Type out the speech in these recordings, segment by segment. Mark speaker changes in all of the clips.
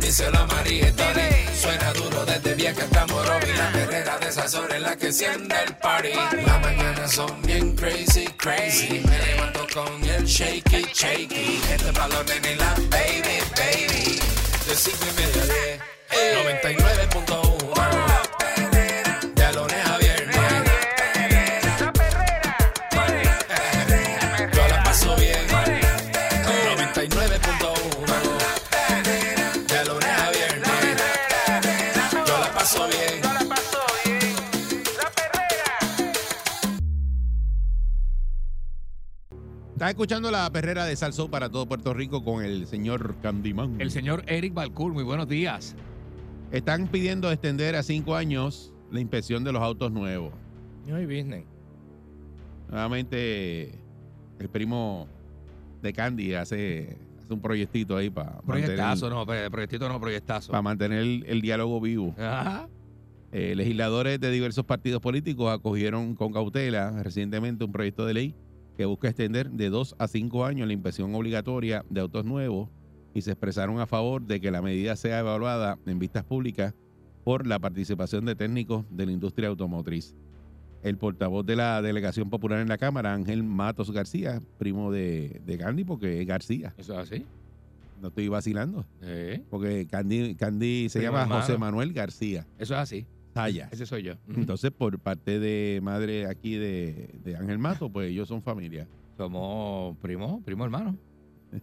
Speaker 1: díselo a María y Tony. Suena duro desde bien que estamos Robin. La perrera de esas horas es la que enciende el party. Las mañanas son bien crazy, crazy. Me levanto con el shaky, shaky. Este es pa' los nenes y la baby, baby. De cinco y media a diez. 99.1 La perrera De lunes a viernes
Speaker 2: la perrera,
Speaker 1: yo la paso bien. 99.1. De lunes a viernes. Yo la paso bien.
Speaker 2: no la pasó bien. La perrera,
Speaker 3: Estás escuchando la perrera de Salsó para todo Puerto Rico con el señor Candyman.
Speaker 4: El señor Eric Balcour, muy buenos días.
Speaker 3: Están pidiendo extender a cinco años la inspección de los autos nuevos.
Speaker 5: Ay, business.
Speaker 3: Nuevamente, el primo de Candy hace, hace un proyectito ahí para mantener,
Speaker 4: Proyectazo, no, pe- proyectito no, proyectazo.
Speaker 3: para mantener el, el diálogo vivo.
Speaker 4: Ajá.
Speaker 3: Eh, legisladores de diversos partidos políticos acogieron con cautela recientemente un proyecto de ley que busca extender de dos a cinco años la inspección obligatoria de autos nuevos y se expresaron a favor de que la medida sea evaluada en vistas públicas por la participación de técnicos de la industria automotriz. El portavoz de la Delegación Popular en la Cámara, Ángel Matos García, primo de, de Candy, porque es García,
Speaker 4: Eso es así.
Speaker 3: no estoy vacilando,
Speaker 4: Sí,
Speaker 3: porque Candy, Candy se
Speaker 4: Primo
Speaker 3: llama
Speaker 4: hermano.
Speaker 3: José Manuel García.
Speaker 4: Eso es así.
Speaker 3: Sayas.
Speaker 4: Ese soy yo. Mm.
Speaker 3: Entonces, por parte de madre aquí de, de Ángel Mato, pues ellos son familia.
Speaker 4: Somos primo, primo hermano.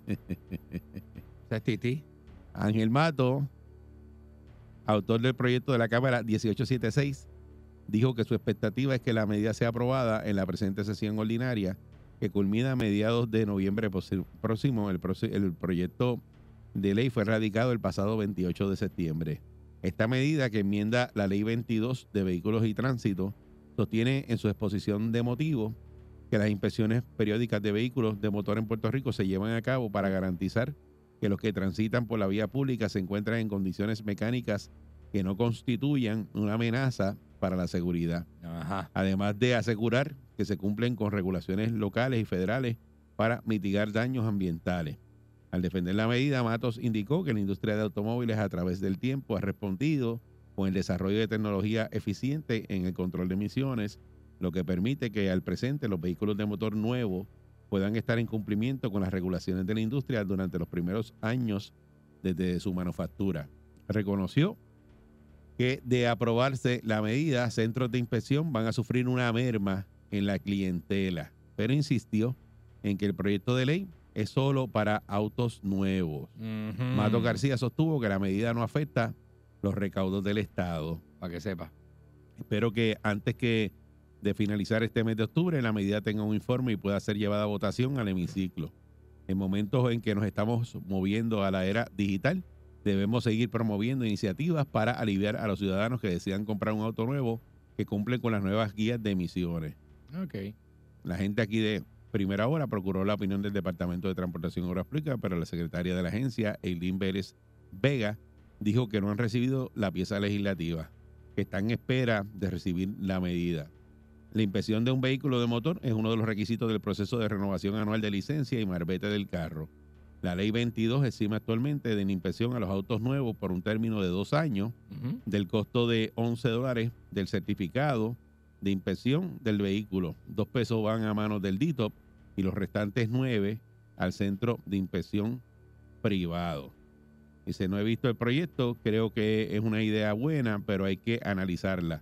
Speaker 4: Esa es Titi.
Speaker 3: Ángel Mato, autor del proyecto de la Cámara 1876, dijo que su expectativa es que la medida sea aprobada en la presente sesión ordinaria que culmina a mediados de noviembre posi- próximo. El, proce- el proyecto de ley fue radicado el pasado 28 de septiembre. Esta medida que enmienda la Ley 22 de Vehículos y Tránsito sostiene en su exposición de motivos que las inspecciones periódicas de vehículos de motor en Puerto Rico se llevan a cabo para garantizar que los que transitan por la vía pública se encuentran en condiciones mecánicas que no constituyan una amenaza para la seguridad,
Speaker 4: Ajá.
Speaker 3: además de asegurar que se cumplen con regulaciones locales y federales para mitigar daños ambientales. Al defender la medida, Matos indicó que la industria de automóviles a través del tiempo ha respondido con el desarrollo de tecnología eficiente en el control de emisiones, lo que permite que al presente los vehículos de motor nuevo puedan estar en cumplimiento con las regulaciones de la industria durante los primeros años desde su manufactura. Reconoció que de aprobarse la medida, centros de inspección van a sufrir una merma en la clientela, pero insistió en que el proyecto de ley es solo para autos nuevos.
Speaker 4: Ujú.
Speaker 3: Mato García sostuvo que la medida no afecta los recaudos del Estado.
Speaker 4: Para que sepa.
Speaker 3: Espero que antes que de finalizar este mes de octubre, la medida tenga un informe y pueda ser llevada a votación al hemiciclo. En momentos en que nos estamos moviendo a la era digital, debemos seguir promoviendo iniciativas para aliviar a los ciudadanos que decidan comprar un auto nuevo que cumplen con las nuevas guías de emisiones.
Speaker 4: Ok.
Speaker 3: La gente aquí de primera hora procuró la opinión del Departamento de Transportación y Obras Públicas, pero la secretaria de la agencia, Eileen Vélez Vega, dijo que no han recibido la pieza legislativa, que están en espera de recibir la medida. La inspección de un vehículo de motor es uno de los requisitos del proceso de renovación anual de licencia y marbete del carro. La ley 22 exime actualmente de la inspección a los autos nuevos por un término de dos años
Speaker 4: Ujú.
Speaker 3: del costo de 11 dólares del certificado de inspección del vehículo. Dos pesos van a manos del DITOP y los restantes nueve al centro de inspección privado. Dice, no he visto el proyecto, creo que es una idea buena, pero hay que analizarla.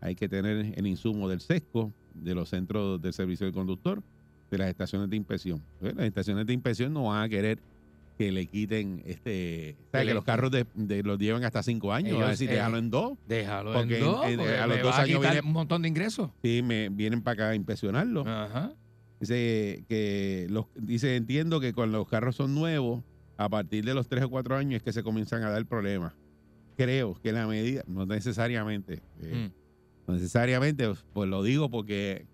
Speaker 3: Hay que tener el insumo del sesco, de los centros de servicio del conductor, de las estaciones de inspección. Pues, Las estaciones de inspección no van a querer que le quiten este... o sea,
Speaker 4: Que
Speaker 3: que
Speaker 4: le-
Speaker 3: los carros de- de- los llevan hasta cinco años, a ver
Speaker 4: Ellos,
Speaker 3: si
Speaker 4: eh,
Speaker 3: déjalo en dos.
Speaker 4: Déjalo
Speaker 3: Porque
Speaker 4: en dos,
Speaker 3: en- en-
Speaker 4: porque
Speaker 3: a
Speaker 4: me
Speaker 3: los dos
Speaker 4: vas a
Speaker 3: años
Speaker 4: quitar
Speaker 3: viene-
Speaker 4: un montón de ingresos.
Speaker 3: Sí, me vienen para acá a inspeccionarlo.
Speaker 4: Ajá.
Speaker 3: Dice que los, dice, entiendo que cuando los carros son nuevos, a partir de los 3 o 4 años es que se comienzan a dar problemas. Creo que la medida, no necesariamente, eh,
Speaker 4: Mm.
Speaker 3: no necesariamente, pues lo digo porque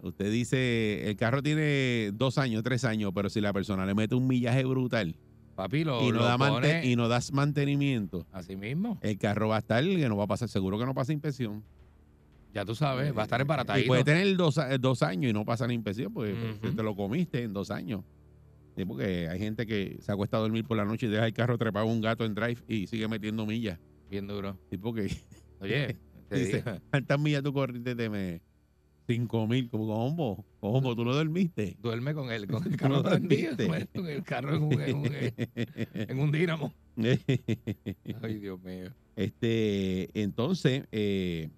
Speaker 3: Usted dice, el carro tiene dos años, tres años, pero si la persona le mete un millaje brutal
Speaker 4: Papi, lo,
Speaker 3: y no,
Speaker 4: lo
Speaker 3: da mante-
Speaker 4: pone
Speaker 3: y no das mantenimiento,
Speaker 4: así mismo.
Speaker 3: el carro va a estar, que no va a pasar, seguro que no pasa inspección.
Speaker 4: Ya tú sabes, va a estar
Speaker 3: Y
Speaker 4: embaratadito.
Speaker 3: puede tener dos, a- dos años y no pasa la inspección, porque pues,
Speaker 4: Ujú.
Speaker 3: te lo comiste en dos años. Sí, porque hay gente que se acuesta a dormir por la noche y deja el carro trepado a un gato en drive y sigue metiendo millas.
Speaker 4: Bien duro.
Speaker 3: Sí, porque
Speaker 4: Oye, te
Speaker 3: Dice,
Speaker 4: digo,
Speaker 3: ¿cuántas millas tú corriste? Te me... Cinco mil, como combo, combo, tú no dormiste.
Speaker 4: duerme con el, con el
Speaker 3: No
Speaker 4: carro prendido.
Speaker 3: dormiste.
Speaker 4: duerme Con el carro en un, en un, en un dínamo. Ay, Dios mío.
Speaker 3: Este, entonces, eh,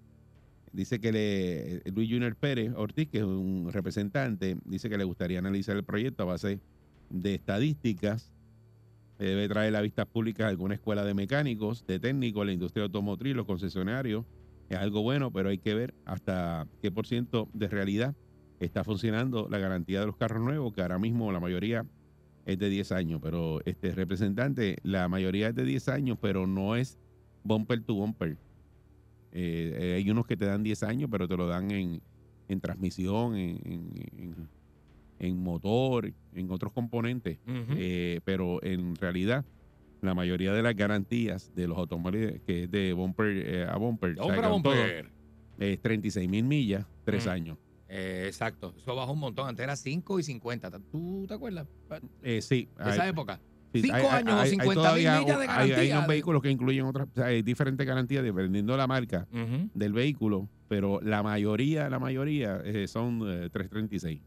Speaker 3: dice que le, Luis Junior Pérez Ortiz, que es un representante, dice que le gustaría analizar el proyecto a base de estadísticas. Se debe traer a vistas públicas alguna escuela de mecánicos, de técnicos, la industria automotriz, los concesionarios. Es algo bueno, pero hay que ver hasta qué por ciento de realidad está funcionando la garantía de los carros nuevos, que ahora mismo la mayoría es de 10 años, pero este representante, la mayoría es de 10 años, pero no es bumper to bumper. Eh, eh, hay unos que te dan 10 años, pero te lo dan en, en transmisión, en, en- en- en motor, en otros componentes.
Speaker 4: Ujú.
Speaker 3: Eh, pero en realidad, la mayoría de las garantías de los automóviles que es de bumper eh, a bumper, o sea,
Speaker 4: Compra
Speaker 3: que
Speaker 4: un
Speaker 3: todo,
Speaker 4: Bumper.
Speaker 3: es 36 mil millas, 3
Speaker 4: Mm.
Speaker 3: años.
Speaker 4: Eh, exacto. Eso bajó un montón. Antes era 5 y 50. ¿Tú te acuerdas? Pa-
Speaker 3: Eh, sí,
Speaker 4: De
Speaker 3: hay-
Speaker 4: esa época.
Speaker 3: Sí,
Speaker 4: Cinco años o 50.000
Speaker 3: todavía
Speaker 4: millas de
Speaker 3: un- hay- Hay,
Speaker 4: garantía.
Speaker 3: unos vehículos que incluyen otras, o sea, hay diferentes garantías dependiendo de la marca
Speaker 4: Ujú.
Speaker 3: del vehículo, pero la mayoría, la mayoría eh, son eh, 336.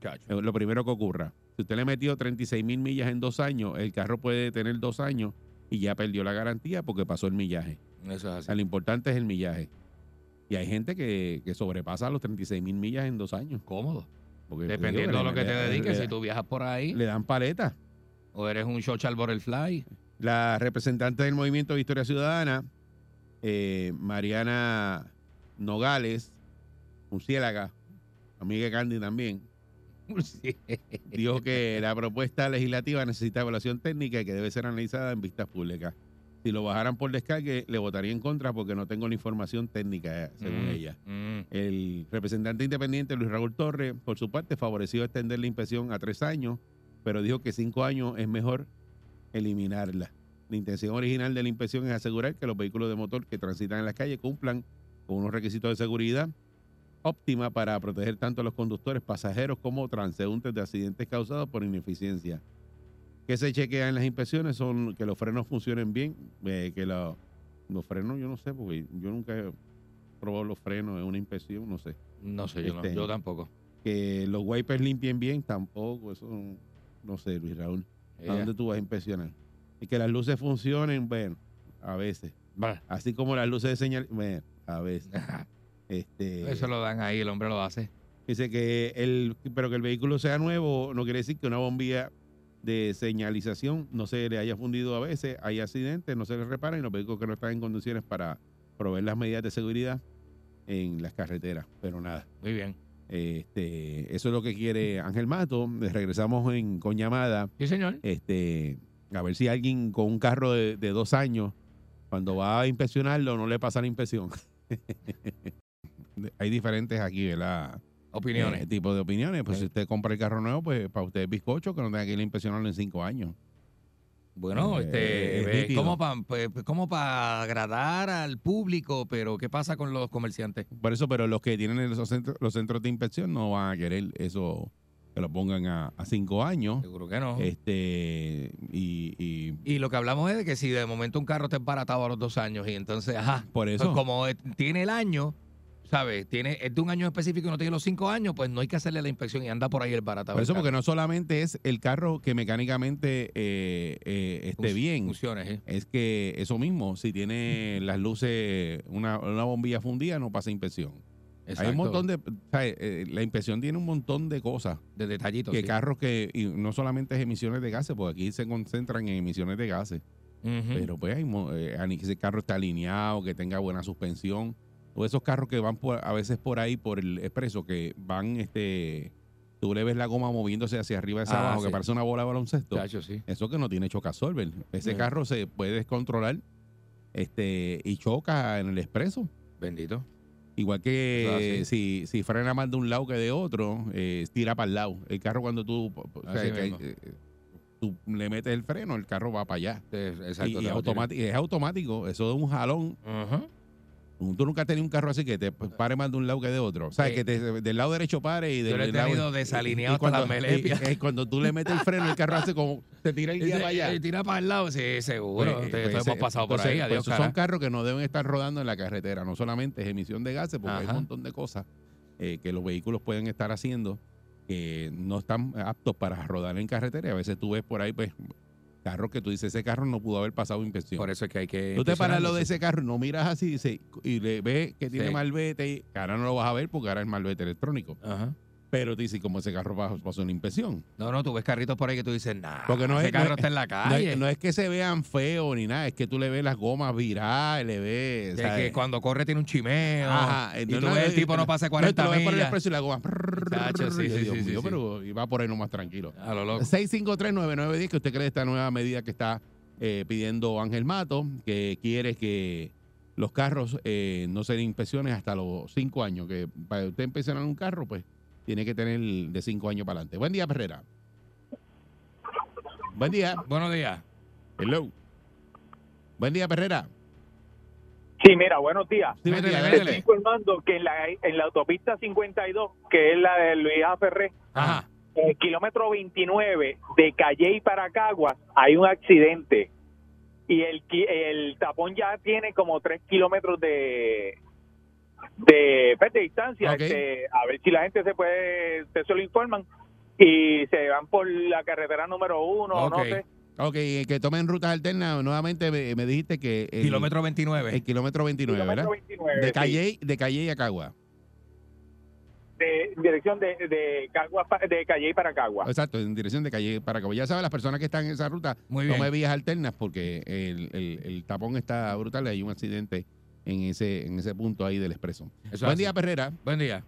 Speaker 4: Chacho.
Speaker 3: Eh, lo primero que ocurra. Si usted le metió 36 mil millas en dos años, el carro puede tener dos años y ya perdió la garantía porque pasó el millaje.
Speaker 4: Eso
Speaker 3: O
Speaker 4: es
Speaker 3: sea,
Speaker 4: así.
Speaker 3: lo importante es el millaje. Y hay gente que, que sobrepasa los 36 mil millas en dos años.
Speaker 4: Cómodo.
Speaker 3: porque, te digo,
Speaker 4: Dependiendo de
Speaker 3: le-
Speaker 4: lo que te
Speaker 3: le-
Speaker 4: dediques,
Speaker 3: le-
Speaker 4: si tú viajas por ahí
Speaker 3: Le dan paleta.
Speaker 4: o eres un short Butterfly.
Speaker 3: La representante del Movimiento de Historia Ciudadana, eh, Mariana Nogales, murciélaga, amiga de Candy también,
Speaker 4: Sí.
Speaker 3: dijo que la propuesta legislativa necesita evaluación técnica y que debe ser analizada en vistas públicas. Si lo bajaran por descargue, le votaría en contra porque no tengo la información técnica, eh, según
Speaker 4: Mm,
Speaker 3: ella.
Speaker 4: mm.
Speaker 3: El representante independiente Luis Raúl Torres, por su parte, favoreció extender la inspección a tres años, pero dijo que cinco años es mejor eliminarla. La intención original de la inspección es asegurar que los vehículos de motor que transitan en las calles cumplan con unos requisitos de seguridad óptima para proteger tanto a los conductores, pasajeros como transeúntes de accidentes causados por ineficiencia. Que se chequean en las inspecciones son que los frenos funcionen bien, eh, que la- los frenos, yo no sé, porque yo nunca he probado los frenos en una inspección, no sé.
Speaker 4: No sé, yo, no,
Speaker 3: Este-
Speaker 4: yo tampoco.
Speaker 3: Que los wipers limpien bien, tampoco, eso no, no sé, Luis Raúl. ¿A
Speaker 4: Ella-
Speaker 3: dónde tú vas a inspeccionar? Y que las luces funcionen, bueno, a veces.
Speaker 4: Bah,
Speaker 3: Así como las luces de señal, bueno, a veces. Este,
Speaker 4: Eso lo dan ahí, el hombre lo hace.
Speaker 3: Dice que el, pero que el vehículo sea nuevo no quiere decir que una bombilla de señalización no se le haya fundido a veces, hay accidentes, no se les repara y los vehículos que no están en condiciones para proveer las medidas de seguridad en las carreteras. Pero nada,
Speaker 4: Muy bien.
Speaker 3: este, eso es lo que quiere Ángel Mato. Regresamos en, con llamada
Speaker 4: Sí, señor.
Speaker 3: este, a ver si alguien con un carro de, de dos años, cuando va a inspeccionarlo, no le pasa la inspección. hay diferentes aquí, ¿verdad?
Speaker 4: Opiniones.
Speaker 3: eh, tipo de opiniones. Pues
Speaker 4: Sí.
Speaker 3: si usted compra el carro nuevo, pues para usted es bizcocho que no tenga que ir a inspeccionarlo en cinco años.
Speaker 4: bueno,
Speaker 3: eh,
Speaker 4: este,
Speaker 3: es
Speaker 4: ve,
Speaker 3: nítido.
Speaker 4: como para agradar al público, pero ¿qué pasa con los comerciantes?
Speaker 3: Por eso, pero los que tienen esos centros, los centros de inspección no van a querer eso que lo pongan a, a cinco años.
Speaker 4: Seguro que no.
Speaker 3: Este, y, y
Speaker 4: Y lo que hablamos es de que si de momento un carro está embaratado a los dos años y entonces, ajá,
Speaker 3: por
Speaker 4: pues
Speaker 3: eso.
Speaker 4: como es- tiene el año, ¿sabes? Tiene, es de un año específico y no tiene los cinco años, pues no hay que hacerle la inspección y anda por ahí el baratado.
Speaker 3: Por eso,
Speaker 4: el
Speaker 3: porque
Speaker 4: carro.
Speaker 3: no solamente es el carro que mecánicamente eh, eh, esté
Speaker 4: Fun-
Speaker 3: bien,
Speaker 4: Funciones, ¿eh?
Speaker 3: es que eso mismo, si tiene las luces, una, una bombilla fundida, no pasa inspección. Hay
Speaker 4: Exacto.
Speaker 3: un montón de. o sea, eh, la inspección tiene un montón de cosas.
Speaker 4: de detallitos.
Speaker 3: que
Speaker 4: sí.
Speaker 3: carros que. Y no solamente es emisiones de gases, porque aquí se concentran en emisiones de gases.
Speaker 4: Ujú.
Speaker 3: Pero pues hay mo- eh, ani- que ese carro está alineado, que tenga buena suspensión. O esos carros que van por- a veces por ahí, por el expreso, que van, este, tú le ves la goma moviéndose hacia arriba y hacia
Speaker 4: Ah,
Speaker 3: abajo, que
Speaker 4: sí.
Speaker 3: parece una bola de baloncesto.
Speaker 4: Chacho, sí.
Speaker 3: Eso que no tiene chocasolver. Ese
Speaker 4: Ujú.
Speaker 3: carro se puede descontrolar este, y choca en el expreso.
Speaker 4: Bendito.
Speaker 3: Igual
Speaker 4: Eso
Speaker 3: que
Speaker 4: es así.
Speaker 3: si, si frena más de un lado que de otro, eh, tira para el lado. El carro cuando tú, o sea,
Speaker 4: Así
Speaker 3: que,
Speaker 4: mismo.
Speaker 3: eh, tú le metes el freno, el carro va para allá.
Speaker 4: Eh,
Speaker 3: Y-
Speaker 4: Exacto.
Speaker 3: y
Speaker 4: te va a tirar.
Speaker 3: automati- es automático, eso es un jalón.
Speaker 4: Ajá.
Speaker 3: Tú nunca has tenido un carro así que te pare más de un lado que de otro. O sea,
Speaker 4: Sí.
Speaker 3: que te- del lado derecho pare y del
Speaker 4: Eh, Yo lo he
Speaker 3: lado-
Speaker 4: tenido desalineado
Speaker 3: y cuando,
Speaker 4: hasta las melepias.
Speaker 3: y- y cuando tú le metes el freno, el carro hace como se tira el guía
Speaker 4: Dice,
Speaker 3: para allá.
Speaker 4: eh, Tira para el lado, sí, seguro.
Speaker 3: Pues,
Speaker 4: Te-
Speaker 3: pues,
Speaker 4: todos
Speaker 3: eh,
Speaker 4: hemos pasado por
Speaker 3: entonces,
Speaker 4: ahí,
Speaker 3: pues,
Speaker 4: adiós,
Speaker 3: esos
Speaker 4: cara.
Speaker 3: son carros que no deben estar rodando en la carretera. No solamente es emisión de gases, porque hay
Speaker 4: Ajá.
Speaker 3: un montón de cosas eh, que los vehículos pueden estar haciendo que no están aptos para rodar en carretera. Y A veces tú ves por ahí, pues, carros que tú dices, ese carro no pudo haber pasado inspección.
Speaker 4: Por eso es que hay que.
Speaker 3: Tú te paras lo de
Speaker 4: impresionarse.
Speaker 3: ese carro, no miras así dice, y le ves que tiene
Speaker 4: Sí.
Speaker 3: malvete, y ahora no lo vas a ver porque ahora es malvete electrónico.
Speaker 4: Ajá.
Speaker 3: Pero te dice, como ese carro pasó- pasó una inspección.
Speaker 4: No, no, tú ves carritos por ahí que tú dices, nah.
Speaker 3: Porque no
Speaker 4: ese
Speaker 3: es- no
Speaker 4: carro
Speaker 3: es-
Speaker 4: está en la
Speaker 3: No
Speaker 4: calle.
Speaker 3: es, no es que se vean feos ni nada, es que tú le ves las gomas viradas, le ves.
Speaker 4: Que-
Speaker 3: ¿sabes?
Speaker 4: que cuando corre tiene un chimeo.
Speaker 3: Ajá,
Speaker 4: y
Speaker 3: no,
Speaker 4: tú
Speaker 3: no,
Speaker 4: ves
Speaker 3: y-
Speaker 4: el tipo no pasa
Speaker 3: no,
Speaker 4: 40
Speaker 3: te lo ves por el
Speaker 4: millas.
Speaker 3: expreso y la goma. prrrr,
Speaker 4: Chacho, sí,
Speaker 3: y yo,
Speaker 4: sí,
Speaker 3: Dios
Speaker 4: sí,
Speaker 3: mío,
Speaker 4: sí.
Speaker 3: pero y va por ahí nomás tranquilo.
Speaker 4: A lo loco.
Speaker 3: 6539910, que usted cree de esta nueva medida que está eh, pidiendo Ángel Mato, que quiere que los carros eh, no se le inspecciones hasta los 5 años, que para usted inspeccionar un carro, pues tiene que tener de 5 años para adelante. Buen día, Perrera. Buen día.
Speaker 4: Buenos días.
Speaker 3: Hello. Buen día, Perrera.
Speaker 5: Sí, mira, buenos días.
Speaker 3: Sí, buen
Speaker 4: Métele,
Speaker 3: día,
Speaker 5: Te
Speaker 4: métele.
Speaker 3: dale.
Speaker 5: estoy informando que en la, en la autopista 52, que es la de Luis A. Ferré,
Speaker 4: Ajá.
Speaker 5: en el kilómetro 29 de Calle y Paracaguas, hay un accidente. Y el, qui- el tapón ya tiene como 3 kilómetros de, de, pues, de distancia.
Speaker 3: Ok.
Speaker 5: Este, a ver si la gente se puede, ustedes se lo informan. Y se van por la carretera número uno,
Speaker 4: Ok.
Speaker 5: no sé.
Speaker 3: Ok, eh, que tomen rutas alternas. Nuevamente me, me dijiste que. el-
Speaker 4: Kilómetro 29.
Speaker 3: El kilómetro 29,
Speaker 5: Kilómetro
Speaker 3: ¿verdad?
Speaker 5: 29,
Speaker 3: de,
Speaker 5: sí.
Speaker 3: Calle, de Calle a Cagua.
Speaker 5: de en dirección de, de, Caguas pa- de Calle y Paracagua.
Speaker 3: Exacto, en dirección de Calle para Cagua. Ya saben, las personas que están en esa ruta,
Speaker 4: Muy bien.
Speaker 3: tomen vías alternas porque el, el- el tapón está brutal. Hay un accidente en ese, en ese punto ahí del expreso.
Speaker 4: Eso es
Speaker 3: buen
Speaker 4: así.
Speaker 3: día, Perrera.
Speaker 4: Buen día.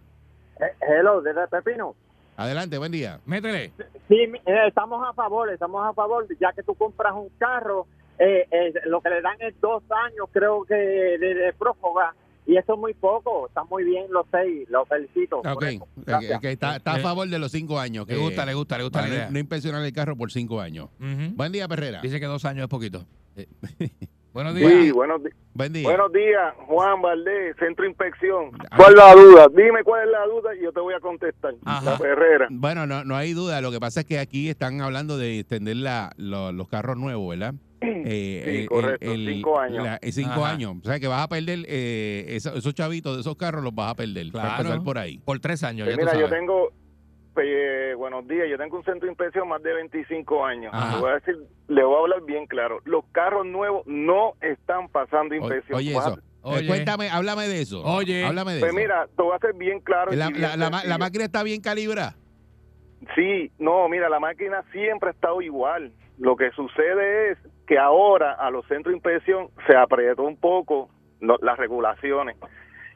Speaker 5: Eh, Hello, desde Pepino.
Speaker 3: Adelante, buen día.
Speaker 4: Métele.
Speaker 5: Sí, mi- eh, estamos a favor, estamos a favor, ya que tú compras un carro, eh, eh, lo que le dan es dos años, creo que, de, de prófuga, y eso es muy poco, está muy bien los seis, lo felicito. por
Speaker 3: Ok,
Speaker 5: eso.
Speaker 3: que- que está, está a
Speaker 4: Eh,
Speaker 3: favor de los cinco años.
Speaker 4: Le
Speaker 3: que-
Speaker 4: gusta, le gusta, le gusta
Speaker 3: para
Speaker 4: la
Speaker 3: no-
Speaker 4: idea.
Speaker 3: no, inspeccionar el carro por cinco años.
Speaker 4: Ujú.
Speaker 3: Buen día, Perrera.
Speaker 4: Dice que dos años es poquito. Buenos días.
Speaker 6: Sí, buenos, di-
Speaker 3: Buen día.
Speaker 6: buenos días, Juan Valdés, Centro Inspección.
Speaker 3: Ah.
Speaker 6: ¿Cuál es la duda? Dime cuál es la duda y yo te voy a contestar.
Speaker 4: Ajá.
Speaker 6: La Herrera.
Speaker 3: Bueno, no, no hay duda. Lo que pasa es que aquí están hablando de extender la, lo- los carros nuevos, ¿verdad? Eh,
Speaker 6: Sí, correcto, cinco años.
Speaker 3: la- eh, cinco
Speaker 4: Ajá.
Speaker 3: años. O sea, que vas a perder eh, eso- esos chavitos de esos carros, los vas a perder. Para
Speaker 4: Claro.
Speaker 3: empezar por ahí.
Speaker 4: Por tres años,
Speaker 6: Pues
Speaker 4: ya tú
Speaker 6: mira, yo
Speaker 4: sabes.
Speaker 6: tengo, eh, buenos días, yo tengo un centro de inspección más de 25 años.
Speaker 3: Ajá.
Speaker 6: Le voy a decir, le voy a hablar bien claro. Los carros nuevos no están pasando
Speaker 3: O-
Speaker 6: inspección.
Speaker 3: oye,
Speaker 6: Vas a-
Speaker 3: eso. Eh,
Speaker 4: Oye.
Speaker 3: cuéntame, háblame de eso.
Speaker 4: Oye.
Speaker 3: Háblame de
Speaker 6: Pues
Speaker 3: eso.
Speaker 6: mira, te voy a ser bien claro. y
Speaker 3: la,
Speaker 6: bien
Speaker 3: la- la ma- la
Speaker 6: sencillo.
Speaker 3: máquina está bien calibrada.
Speaker 6: Sí, no, mira, la máquina siempre ha estado igual. Lo que sucede es que ahora a los centros de inspección se apretó un poco lo- las regulaciones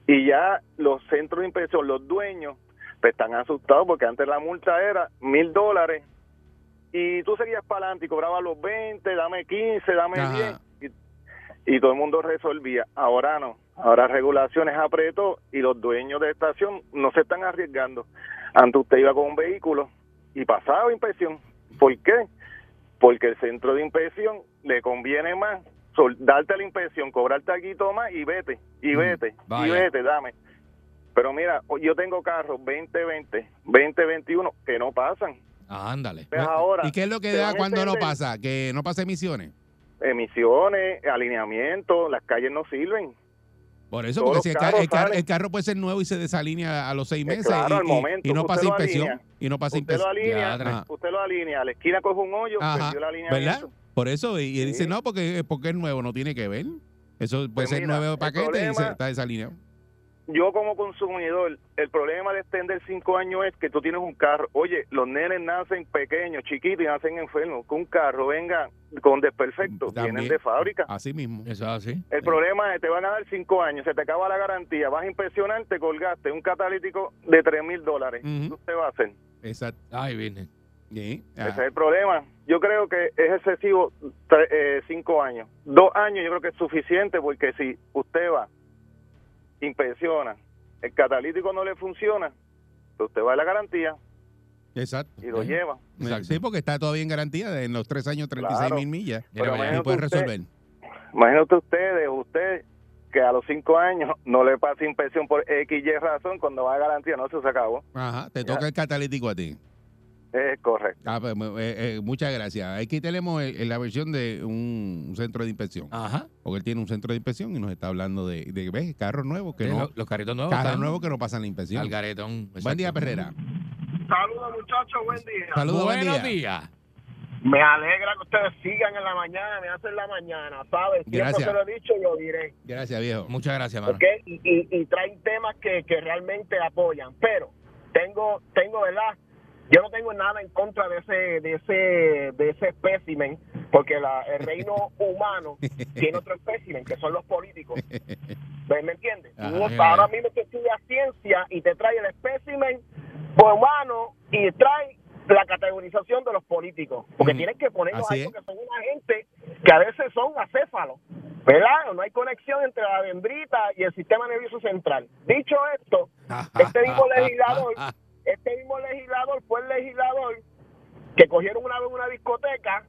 Speaker 6: y ya los centros de inspección, los dueños, pues están asustados porque antes la multa era mil dólares y tú seguías para adelante y cobrabas los 20, dame 15, dame
Speaker 3: Ajá.
Speaker 6: 10 y, y todo el mundo resolvía. Ahora no, ahora regulaciones apretó y los dueños de estación no se están arriesgando. Antes usted iba con un vehículo y pasaba inspección. ¿Por qué? Porque el centro de inspección le conviene más sol- darte la inspección, cobrar taquito más y vete, y
Speaker 4: Mm,
Speaker 6: vete, y
Speaker 4: vaya.
Speaker 6: vete, dame. Pero mira, o- yo tengo carros 2020, 2021 que no pasan.
Speaker 4: Ah, ándale.
Speaker 6: Pues ahora,
Speaker 3: ¿Y qué es lo que
Speaker 6: te
Speaker 3: da
Speaker 6: van a
Speaker 3: cuando no
Speaker 6: entender
Speaker 3: pasa? Que no pasa emisiones.
Speaker 6: Emisiones, alineamiento, las calles no sirven.
Speaker 3: Por eso,
Speaker 6: Todos
Speaker 3: porque si el,
Speaker 6: los
Speaker 3: ca- el
Speaker 6: carros
Speaker 3: carro-
Speaker 6: salen.
Speaker 3: el carro puede ser nuevo y se desalinea a los seis meses
Speaker 6: claro,
Speaker 3: y-
Speaker 6: al
Speaker 3: y-
Speaker 6: momento.
Speaker 3: y no
Speaker 6: Usted
Speaker 3: pasa
Speaker 6: lo
Speaker 3: inspección.
Speaker 6: alinea.
Speaker 3: Y no pasa
Speaker 6: Usted lo
Speaker 3: inspección.
Speaker 6: alinea,
Speaker 3: Ajá.
Speaker 6: usted lo alinea, a la esquina coge un hoyo,
Speaker 3: Ajá,
Speaker 6: perdió el alineamiento.
Speaker 3: ¿Verdad? Por eso, y, y él dice,
Speaker 6: Sí.
Speaker 3: no, porque, eh, porque es nuevo, no tiene que ver. Eso puede
Speaker 6: Pues
Speaker 3: ser
Speaker 6: mira,
Speaker 3: nuevo
Speaker 6: el
Speaker 3: paquete y se
Speaker 6: problema-
Speaker 3: está desalineado.
Speaker 6: yo como consumidor, el problema de extender cinco años es que tú tienes un carro. Oye, los nenes nacen pequeños, chiquitos y nacen enfermos. Que un carro venga con desperfectos,
Speaker 3: También.
Speaker 6: vienen de fábrica.
Speaker 3: Así mismo.
Speaker 4: Eso es así.
Speaker 6: El problema es te van a dar cinco años, se te acaba la garantía, vas a inspeccionar, te colgaste un catalítico de tres mil dólares.
Speaker 3: Ujú.
Speaker 6: ¿Qué usted va a hacer?
Speaker 3: Exacto.
Speaker 4: Ay, Virgen.
Speaker 3: Sí.
Speaker 6: Ese
Speaker 3: Ah,
Speaker 6: es el problema. Yo creo que es excesivo tre- eh, cinco años. Dos años yo creo que es suficiente porque si usted va, inspecciona, el catalítico no le funciona, pues usted va a la garantía
Speaker 3: Exacto. Eh,
Speaker 6: y lo
Speaker 4: Sí.
Speaker 6: lleva.
Speaker 4: Exacto.
Speaker 3: Sí, porque está todavía en garantía en los tres años 36 mil
Speaker 6: Claro.
Speaker 3: millas.
Speaker 4: Mira,
Speaker 6: Pero
Speaker 4: vaya,
Speaker 3: Y
Speaker 6: imagínate
Speaker 3: puedes
Speaker 6: usted-
Speaker 3: resolver.
Speaker 6: Imagínate ustedes, usted que a los cinco años no le pasa inspección por X y razón, cuando va a garantía no se, se acabó.
Speaker 3: Ajá,
Speaker 6: Ya.
Speaker 3: te toca el catalítico a ti.
Speaker 6: Es correcto.
Speaker 3: Ah, pues, eh, eh, muchas gracias. Aquí tenemos eh, la versión de un, un centro de inspección.
Speaker 4: Ajá.
Speaker 3: Porque él tiene un centro de inspección y nos está hablando de, de ¿ves? carros nuevos que
Speaker 4: Sí,
Speaker 3: no,
Speaker 4: lo- los carritos nuevos.
Speaker 3: carros
Speaker 4: están
Speaker 3: nuevos que no pasan
Speaker 4: Al
Speaker 3: la inspección.
Speaker 4: garetón.
Speaker 3: Buen
Speaker 4: exacto.
Speaker 3: día, Perrera.
Speaker 7: Saludos muchachos, buen día.
Speaker 3: Saludos, buen
Speaker 4: Buenos
Speaker 3: día.
Speaker 4: días.
Speaker 7: Me alegra que ustedes sigan en la mañana, me hacen la mañana, ¿sabes? Siempre
Speaker 3: Gracias.
Speaker 7: se lo he dicho y lo diré.
Speaker 3: Gracias, viejo.
Speaker 4: Muchas gracias, mano.
Speaker 7: ¿ok? Y, y- y traen temas que, que realmente apoyan. Pero tengo, tengo, ¿verdad? Yo no tengo nada en contra de ese, de ese, de ese espécimen, porque la- el reino humano tiene otro espécimen, que son los políticos. ¿Me, me entiendes?
Speaker 3: Ajá,
Speaker 7: Tú,
Speaker 4: mira,
Speaker 7: ahora
Speaker 4: mira.
Speaker 7: mismo te estudia ciencia y te trae el espécimen humano y trae la categorización de los políticos, porque
Speaker 3: Mm,
Speaker 7: tienen que ponerlos
Speaker 3: así
Speaker 7: ahí,
Speaker 3: es.
Speaker 7: porque son una gente que a veces son acéfalos, ¿verdad? No hay conexión entre la dendrita y el sistema nervioso central. Dicho esto, este mismo legislador, este mismo legislador fue el legislador que cogieron una vez en una discoteca,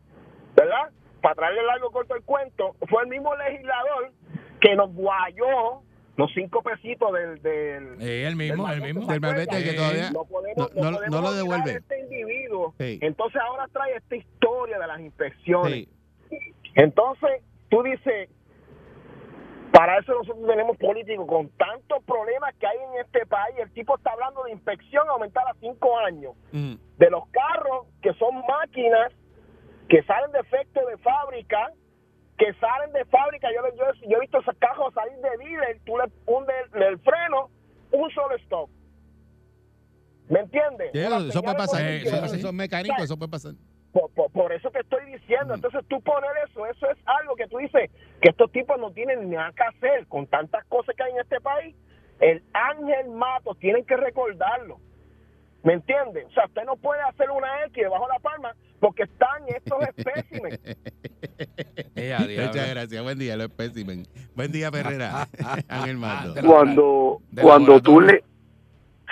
Speaker 7: ¿verdad? Para traerle largo corto el cuento, fue el mismo legislador que nos guayó los cinco pesitos del, del,
Speaker 4: Eh, el mismo, el mismo.
Speaker 3: Del malvete que todavía
Speaker 7: no podemos,
Speaker 3: no-
Speaker 7: no,
Speaker 3: no-
Speaker 7: podemos
Speaker 3: no lo
Speaker 7: olvidar
Speaker 3: devuelve.
Speaker 7: a Este individuo.
Speaker 3: Sí.
Speaker 7: Entonces ahora trae esta historia de las inspecciones.
Speaker 3: Sí,
Speaker 7: Entonces tú dices, para eso nosotros tenemos políticos con tantos problemas que hay en este país. El tipo está hablando de inspección aumentar a cinco años
Speaker 3: mm,
Speaker 7: de los carros que son máquinas que salen de efecto de fábrica, que salen de fábrica. Yo, yo, yo he visto esos carros salir de dealer, tú le hundes el, el freno, un solo stop. ¿Me entiendes?
Speaker 3: sí,
Speaker 7: O las
Speaker 3: eso, eso puede
Speaker 7: señales
Speaker 3: pasar.
Speaker 4: Eh,
Speaker 7: positivas.
Speaker 3: Eso,
Speaker 4: sí.
Speaker 3: eso es mecánico, eso puede pasar.
Speaker 7: Por, por- por eso te estoy diciendo. Entonces tú poner eso, eso es algo que tú dices que estos tipos no tienen nada que hacer con tantas cosas que hay en este país. El Ángel Matos, tienen que recordarlo. ¿Me entiendes? O sea, usted no puede hacer una X debajo de la palma porque están estos espécimes.
Speaker 4: Eh, a diablo.
Speaker 3: Muchas gracias. Buen día, lo espécimen. Buen día, Perrera. Ángel Mato.
Speaker 4: De la-
Speaker 8: Cuando,
Speaker 4: de la
Speaker 8: cuando tú
Speaker 4: moratoria.
Speaker 8: le...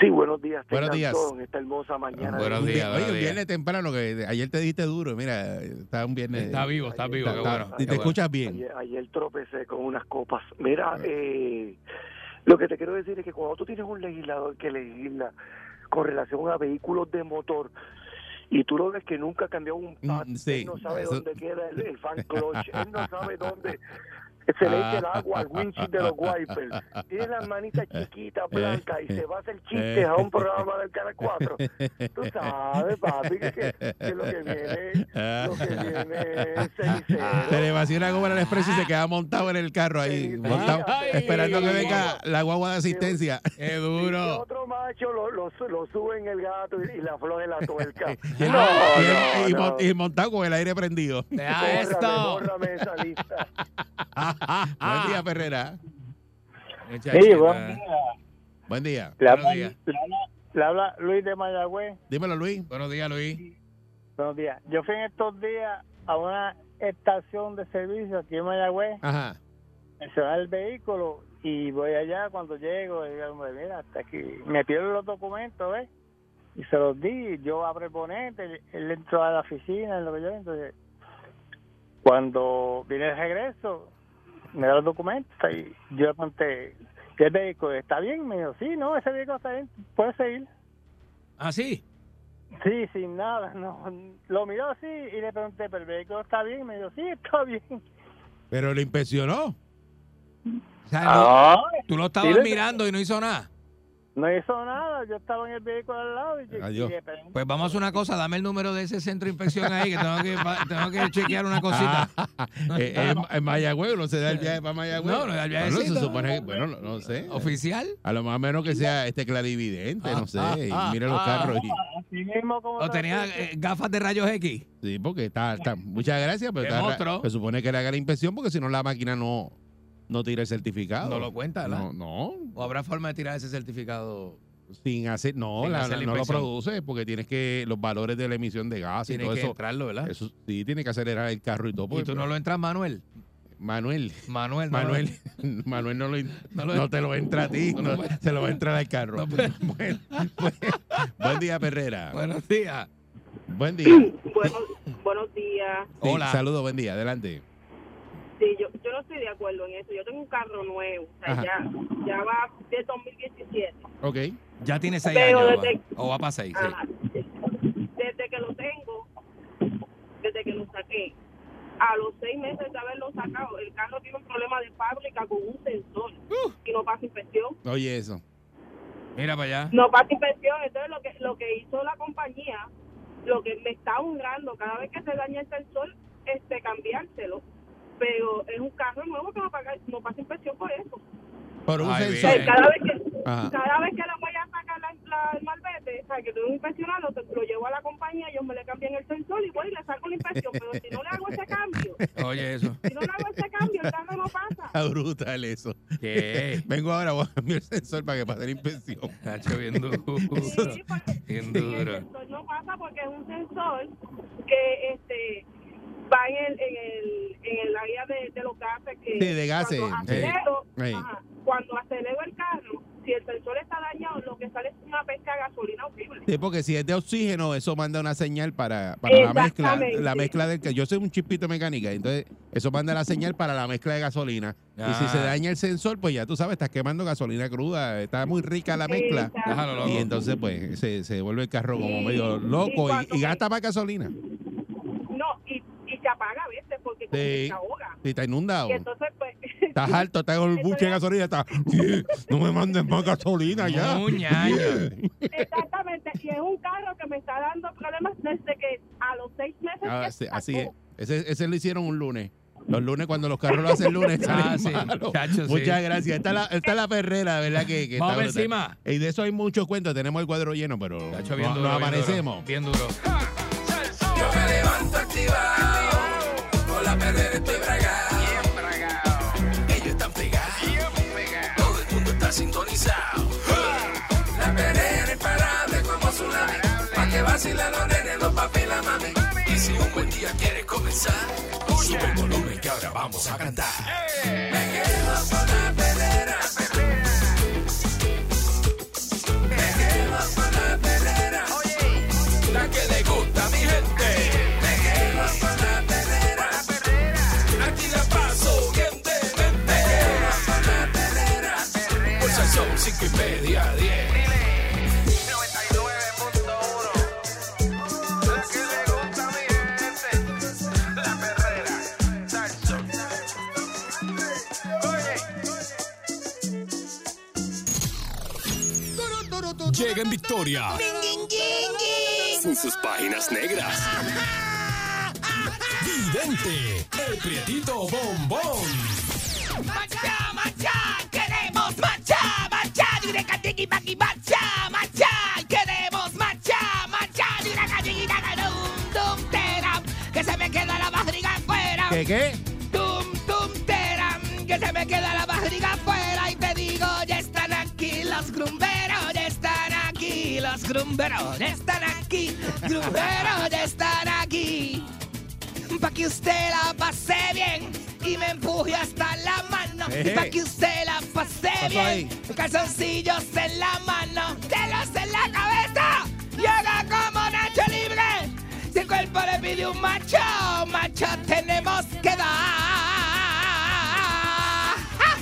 Speaker 8: Sí, buenos días.
Speaker 3: Buenos
Speaker 8: tengan
Speaker 3: días.
Speaker 8: todos en esta hermosa mañana.
Speaker 4: Buenos
Speaker 3: Un
Speaker 4: días,
Speaker 3: día-
Speaker 4: buenos
Speaker 3: Oye, un
Speaker 4: días.
Speaker 3: viernes temprano, que ayer te diste duro. Mira, está un viernes.
Speaker 4: Está vivo, está vivo,
Speaker 3: está-
Speaker 4: qué
Speaker 3: está-
Speaker 4: bueno.
Speaker 3: y
Speaker 4: qué
Speaker 3: te
Speaker 4: bueno.
Speaker 3: escuchas bien.
Speaker 8: Ayer, ayer tropecé con unas copas. Mira, eh, lo que te quiero decir es que cuando tú tienes un legislador que legisla con relación a vehículos de motor y tú lo ves que nunca ha cambiado un pat,
Speaker 3: Mm, sí,
Speaker 8: él no sabe
Speaker 3: eso-
Speaker 8: dónde queda el, el fan clutch, él no sabe dónde se le
Speaker 7: Ah,
Speaker 8: echa el agua al windshield de los wipers, tiene las manitas
Speaker 7: eh,
Speaker 8: chiquitas, blancas y se va a hacer chistes a un programa del
Speaker 7: eh,
Speaker 8: Canal 4. Tú sabes, papi, que, que- que lo que viene, lo que viene es cenicero.
Speaker 3: Se le vacía una goma al expreso y se queda montado en el carro ahí,
Speaker 8: Sí,
Speaker 3: montado,
Speaker 4: ay.
Speaker 3: esperando que venga la guagua de asistencia.
Speaker 4: Qué
Speaker 8: Y
Speaker 4: duro.
Speaker 8: otro macho lo, lo, su- lo sube en el gato y, y la flor en la tuerca.
Speaker 3: Y, él- y él- y mon- y montado con el aire prendido.
Speaker 4: Deja esto.
Speaker 8: Bórrame esa lista.
Speaker 3: Buen día, Ferrera.
Speaker 4: Muchachita.
Speaker 3: Buen día.
Speaker 7: Le
Speaker 4: Buenos días.
Speaker 7: le habla Luis de Mayagüez.
Speaker 3: Dímelo, Luis.
Speaker 4: Buenos días, Luis.
Speaker 7: Buenos días. Yo fui en estos días a una estación de servicio aquí en Mayagüez
Speaker 3: Ajá.
Speaker 7: se va el vehículo y voy allá cuando llego y digo, hombre, mira hasta aquí me pierdo los documentos ¿ves? y se los di yo abro el ponente él entró a la oficina en lo que yo entonces cuando viene el regreso me da los documentos y yo le pregunté ¿qué vehículo está bien? me dijo sí no ese vehículo está bien puede seguir
Speaker 4: Ah, sí.
Speaker 7: sí sin nada no lo miró así y le pregunté pero el vehículo está bien me dijo sí está bien
Speaker 3: Pero lo impresionó.
Speaker 4: O sea, no-
Speaker 7: ah
Speaker 4: tú lo estabas
Speaker 7: Dile-
Speaker 4: mirando y no hizo nada.
Speaker 7: No hizo nada, yo estaba en el vehículo al lado y,
Speaker 3: Adiós.
Speaker 7: y le pregunté,
Speaker 4: Pues vamos a hacer una cosa, dame el número de ese centro de inspección ahí, que tengo que, pa- tengo que chequear una cosita.
Speaker 3: Eh, eh, en- en Mayagüez, no se da el viaje para Mayagüez.
Speaker 4: No, no da el
Speaker 3: Bueno,
Speaker 4: viajecito.
Speaker 3: se supone que- bueno, no, no sé.
Speaker 4: ¿Oficial?
Speaker 3: A lo más menos que sea este
Speaker 7: eh,
Speaker 3: clarividente, no sé. y mira los carros. y-
Speaker 7: ah, así mismo como
Speaker 4: ¿O
Speaker 7: te lo
Speaker 4: tenía
Speaker 7: dije,
Speaker 4: eh, gafas de rayos X?
Speaker 3: sí, porque está, está- Muchas gracias, pero
Speaker 4: Qué
Speaker 3: está ra-
Speaker 4: monstruo.
Speaker 3: se supone que le haga la inspección porque si no la máquina no, no tira el certificado.
Speaker 4: No lo cuenta, ¿verdad?
Speaker 3: No, no.
Speaker 4: ¿O habrá forma de tirar ese certificado?
Speaker 3: Sin hacer, no,
Speaker 4: Sin
Speaker 3: la-
Speaker 4: hacer la
Speaker 3: no lo
Speaker 4: inspección.
Speaker 3: produce porque tienes que los valores de la emisión de gas y
Speaker 4: Tiene
Speaker 3: todo
Speaker 4: que
Speaker 3: eso.
Speaker 4: entrarlo, ¿verdad?
Speaker 3: Eso sí, tiene que acelerar el carro y todo.
Speaker 4: Y
Speaker 3: porque- pues
Speaker 4: tú no lo entras, Manuel.
Speaker 3: Manuel.
Speaker 9: Manuel, no,
Speaker 3: Manuel, Manuel no, lo in-
Speaker 9: No lo-
Speaker 3: no te lo entra a ti,
Speaker 9: No,
Speaker 3: no,
Speaker 9: pues.
Speaker 3: se lo va a entrar al carro. Buen- buen- buen día, Perrera.
Speaker 9: Buenos días.
Speaker 3: Buen día.
Speaker 10: Buenos, buenos días.
Speaker 9: Hola.
Speaker 3: Sí, saludo, buen día. Adelante.
Speaker 10: Sí, yo, yo no estoy de acuerdo en eso. Yo tengo un carro nuevo, o sea,
Speaker 3: Ajá.
Speaker 10: ya, ya va de 2017.
Speaker 3: Ok.
Speaker 9: Ya tiene seis
Speaker 10: Pero
Speaker 9: años.
Speaker 10: desde-
Speaker 9: va- O va para seis. sí.
Speaker 10: Ajá. Desde que lo tengo, desde que lo saqué, a los seis meses de haberlo sacado, el carro tiene un problema de fábrica con un sensor y no pasa inspección.
Speaker 3: Oye, eso.
Speaker 9: Mira para allá.
Speaker 10: No pasa inspección. Entonces, lo que, lo que hizo la compañía, lo que me está honrando cada vez que se daña el sensor, este, cambiárselo. Pero es un carro nuevo que no, paga, no pasa inspección por eso.
Speaker 3: Por un
Speaker 9: Ay,
Speaker 10: O sea,
Speaker 3: sensor.
Speaker 9: bien.
Speaker 10: cada vez que
Speaker 3: Ajá.
Speaker 10: cada vez que le voy a sacar la, la- el malvete, o sea, que tengo que inspeccionarlo, te- lo llevo a la compañía, ellos me le cambian el sensor y voy y le saco la inspección. Pero si no le hago ese cambio,
Speaker 9: Oye, eso.
Speaker 10: si no le hago ese cambio, el carro no pasa.
Speaker 3: Está brutal eso.
Speaker 9: ¿Qué?
Speaker 3: Vengo ahora, voy a cambiar el sensor para que pase la inspección.
Speaker 9: Hacho, bien duro.
Speaker 10: Sí, porque
Speaker 9: Bien
Speaker 10: y el
Speaker 9: duro.
Speaker 10: sensor no pasa porque es un sensor que este va en el, en el, en el área de, de los gases. Que
Speaker 3: Sí, de gases,
Speaker 10: Cuando
Speaker 3: sí.
Speaker 10: acelero,
Speaker 3: Sí.
Speaker 10: ajá, cuando acelero el carro, si el sensor está dañado, lo que sale es una pesca de gasolina horrible.
Speaker 3: Sí, porque si es de oxígeno, eso manda una señal para, para la mezcla.
Speaker 10: Exactamente.
Speaker 3: La mezcla del que yo soy un chispito mecánica, entonces eso manda la señal para la mezcla de gasolina. Y si se
Speaker 9: Ah.
Speaker 3: daña el sensor, pues ya tú sabes, estás quemando gasolina cruda, está muy rica la mezcla.
Speaker 10: Exacto.
Speaker 9: Déjalo loco.
Speaker 3: Y entonces, pues, se, se vuelve el carro como
Speaker 10: Sí.
Speaker 3: medio
Speaker 10: Y
Speaker 3: loco y-
Speaker 10: cuando
Speaker 3: y,
Speaker 10: me-
Speaker 3: gasta más gasolina.
Speaker 10: No, y, y se apaga a veces porque como
Speaker 3: Sí.
Speaker 10: que se ahoga.
Speaker 3: Si está inundado,
Speaker 10: Y entonces, pues,
Speaker 3: estás alto, estás con el
Speaker 10: Eso
Speaker 3: buche de
Speaker 10: ya-
Speaker 3: gasolina, estás, "Yeah, no me manden más gasolina ya.
Speaker 9: Un ñaño.
Speaker 10: exactamente, y es un carro que me está dando problemas desde que a los seis meses.
Speaker 3: Ah,
Speaker 10: que
Speaker 3: sí,
Speaker 10: sacó.
Speaker 3: así es. Ese, ese lo hicieron un lunes. Los lunes, cuando los carros lo hacen lunes,
Speaker 9: Ah,
Speaker 3: salen
Speaker 9: sí,
Speaker 3: malos.
Speaker 9: chacho, sí.
Speaker 3: Muchas gracias. Está la, está la perrera, ¿verdad? Que, que
Speaker 9: Vamos
Speaker 3: está
Speaker 9: por
Speaker 3: brutal.
Speaker 9: encima.
Speaker 3: Y de eso hay muchos cuentos. Tenemos el cuadro lleno, pero
Speaker 9: Hacho,
Speaker 3: no,
Speaker 9: bien duro,
Speaker 3: no
Speaker 9: bien
Speaker 3: amanecemos.
Speaker 9: duro. Bien duro.
Speaker 4: Yo me levanto activado. Con la perrera estoy bragado. Ellos están pegados. Todo el mundo está sintonizado. La perrera es imparable como tsunami. Pa' que vacilan los nenes, los papi y la mami. Y si un buen día quieres comenzar, sube el volumen que ahora vamos a cantar. Me quedo con la perrera. Me quedo con la perrera. La que le gusta a mi gente. Me quedo con la perrera. Aquí la paso bien de mente. Me quedo con la perrera. Por si son cinco y media a diez.
Speaker 1: 99.1 La que le gusta a mi gente La perrera Salsón Oye
Speaker 11: Llega en victoria. Con sus páginas negras. Vidente, el prietito bombón.
Speaker 4: Marcha, marcha, queremos marcha, marcha, dure cantiki maki, marcha, marcha, queremos marcha, marcha, dure cantiki naga, dum, dum, teram, que se me queda la barriga afuera,
Speaker 3: ¿Qué qué?
Speaker 4: dum, dum, teram, que se me queda la barriga afuera, y te digo, ya están aquí los grumberos, ya están aquí los grumberos, ya están aquí, grumberos, ya están aquí pa' que usted la pase bien y me empuje hasta la mano.
Speaker 3: Eje.
Speaker 4: Y pa' que usted la pase
Speaker 3: Pasó ahí.
Speaker 4: bien, calzoncillos en la mano, telos en la cabeza, y haga como Nacho Libre. Si el cuerpo le pide un macho, macho tenemos que dar.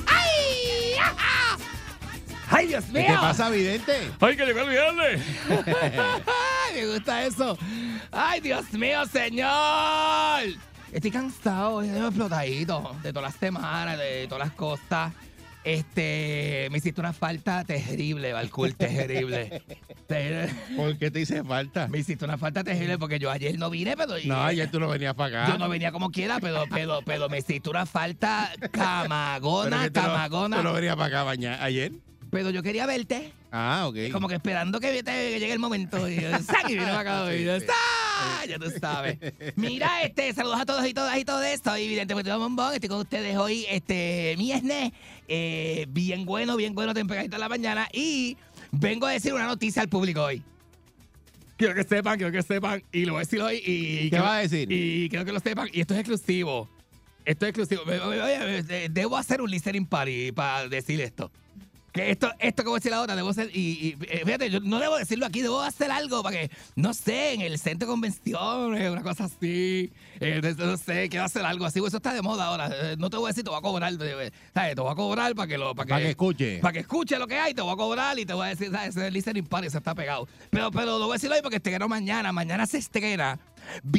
Speaker 4: ¡Ay, ajá! ¡Ay, Dios mío!
Speaker 3: ¿Qué te pasa, vidente?
Speaker 9: ¡Ay, que le voy a olvidarle!
Speaker 4: Ay, me gusta eso. Ay, Dios mío, señor. Estoy cansado, estoy explotadito de todas las semanas, de todas las cosas. Este, me hiciste una falta terrible, Balcool, terrible. Te-
Speaker 3: ¿Por qué te hice falta?
Speaker 4: me hiciste una falta terrible porque yo ayer no vine, pero
Speaker 3: No, ayer tú no venías para acá.
Speaker 4: yo no venía como quiera, pero, pero, pero me hiciste una falta
Speaker 3: Pero es
Speaker 4: camagona,
Speaker 3: que tú no-
Speaker 4: camagona.
Speaker 3: Tú no venías para acá bañar ayer.
Speaker 4: Pero yo quería verte.
Speaker 3: Ah, ok.
Speaker 4: Como que esperando que, te- que llegue el momento. Y yo, ¡sac! y vino para acá. y yo, ¡sac! Ya tú sabes. Mira, este, saludos a todos y todas y todo esto. Y evidentemente, bombón, estoy con ustedes hoy. Este, mi esne, eh, bien bueno, bien bueno, tempranito en la mañana. Y vengo a decir una noticia al público hoy. Quiero que sepan, quiero que sepan. Y lo voy a decir hoy. Y
Speaker 3: ¿Qué
Speaker 4: quiero-
Speaker 3: vas a decir?
Speaker 4: Y quiero que lo sepan. Y esto es exclusivo. Esto es exclusivo. Me- me- oye, de- debo hacer un listening party para decir esto. Que esto, esto que voy a decir ahora, debo hacer. Y, y, eh, fíjate, yo no debo decirlo aquí, debo hacer algo para que, no sé, en el centro de convenciones, una cosa así. eh, de- no sé, quiero hacer algo así. pues Eso está de moda ahora. eh, No te voy a decir, te voy a cobrar. eh, ¿sabes? Te voy a cobrar para que lo. Para que,
Speaker 3: Para que escuche.
Speaker 4: para que escuche lo que hay, te voy a cobrar y te voy a decir, ¿sabes? Ese listening party se está pegado. Pero, pero lo voy a decir hoy porque estreno mañana. Mañana se estrena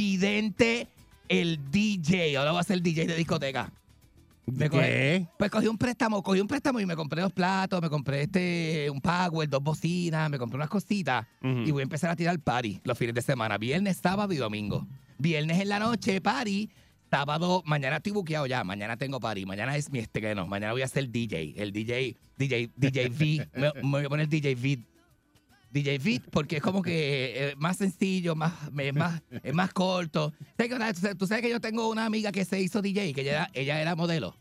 Speaker 4: Vidente el DJ. Ahora voy a ser DJ de discoteca. Me cogí-
Speaker 3: ¿Qué?
Speaker 4: Pues cogí un préstamo, cogí un préstamo y me compré dos platos, me compré este un power, dos bocinas, me compré unas cositas
Speaker 3: Ujú.
Speaker 4: y voy a empezar a tirar party los fines de semana, viernes, sábado y domingo. Viernes en la noche, party. Sábado, mañana estoy buqueado ya, mañana tengo party, mañana es mi estreno, mañana voy a ser DJ, el DJ, DJ, DJ V, me, me voy a poner DJ V DJ Fit porque es como que eh, más sencillo, más, me- más, es más corto. Sé que una- tú sabes- Tú sabes que yo tengo una amiga que se hizo DJ, que ella era, ella era modelo.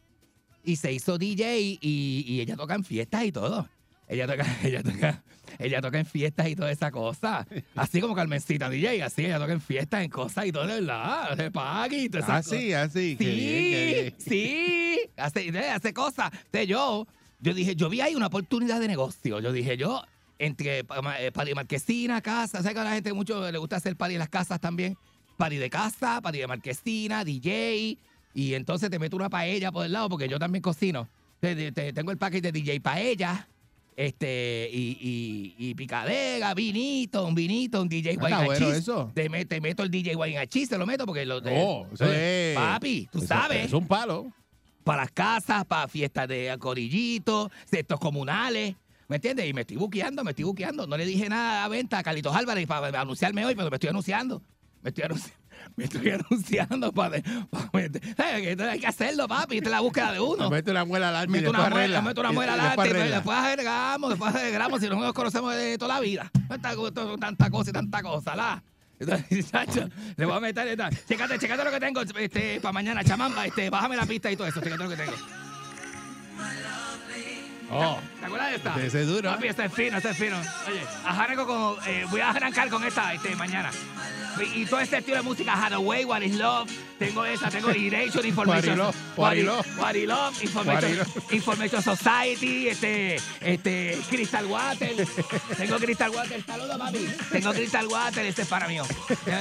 Speaker 4: Y se hizo DJ y, y ella toca en fiestas y todo. Ella toca, ella toca, ella toca en fiestas y toda esa cosa. Así como Carmencita DJ, así ella toca en fiestas, en cosas y todo, de verdad. De party y todas esas cosas.
Speaker 3: Así, así. ah, qué bien, qué
Speaker 4: Sí,
Speaker 3: bien.
Speaker 4: sí, hace, eh, hace cosas. Entonces, yo, yo dije, yo vi ahí una oportunidad de negocio. Yo dije, yo, entre pa- ma- eh, pari marquesina, casa, ¿sabes que a la gente mucho le gusta hacer pari en las casas también? Pari de casa, pari de marquesina, DJ, y entonces te meto una paella por el lado, porque yo también cocino. Te- te- te- tengo el paquete de DJ paella. Este, y, y, y picadera, vinito, un vinito, un DJ
Speaker 3: Ah,
Speaker 4: wine
Speaker 3: está
Speaker 4: and
Speaker 3: bueno
Speaker 4: cheese.
Speaker 3: eso.
Speaker 4: Te, me- te meto el DJ wine and cheese, te lo meto porque lo,
Speaker 3: Oh, eso es-
Speaker 4: Papi, tú
Speaker 3: eso-
Speaker 4: sabes.
Speaker 3: Es un palo.
Speaker 4: Para las casas, para fiestas de corillitos, sectos comunales. ¿Me entiendes? Y me estoy buqueando, me estoy buqueando. No le dije nada a venta a Carlitos Álvarez para anunciarme hoy, pero me estoy anunciando. Me estoy anunciando. Me estoy anunciando para... para meter- ¿Sabes? Que Hay que hacerlo, papi. Esta es la búsqueda de uno.
Speaker 3: Mete una muela al arma y
Speaker 4: Mete
Speaker 3: después
Speaker 4: una, muela,
Speaker 3: arregla.
Speaker 4: mete una
Speaker 3: Y-
Speaker 4: muela
Speaker 3: y
Speaker 4: adelante,
Speaker 3: después
Speaker 4: pero
Speaker 3: arregla.
Speaker 4: después agregamos, después agregamos, si no nos conocemos de toda la vida. Tanta, tanta cosa y tanta cosa, la. Entonces, chacho, le voy a meter esta. Chécate, chécate lo que tengo este, para mañana, chamamba, este, bájame la pista y todo eso, chécate lo que tengo.
Speaker 3: Oh,
Speaker 4: ¿Te acuerdas de esta?
Speaker 3: Ese es duro. ¿eh?
Speaker 4: Papi, este es fino, este es fino. Oye, arranco con, eh, voy a arrancar con esta este, mañana. Y, y todo este estilo de música, Hathaway, What is Love, tengo esa, tengo Direction, Information.
Speaker 3: What is Love, What is
Speaker 4: What
Speaker 3: Love.
Speaker 4: is- What is Love, Information,
Speaker 3: What is Love.
Speaker 4: Information Society, este, este, Crystal Water. tengo Crystal Water, saludos, papi. Tengo Crystal Water, este es para mí.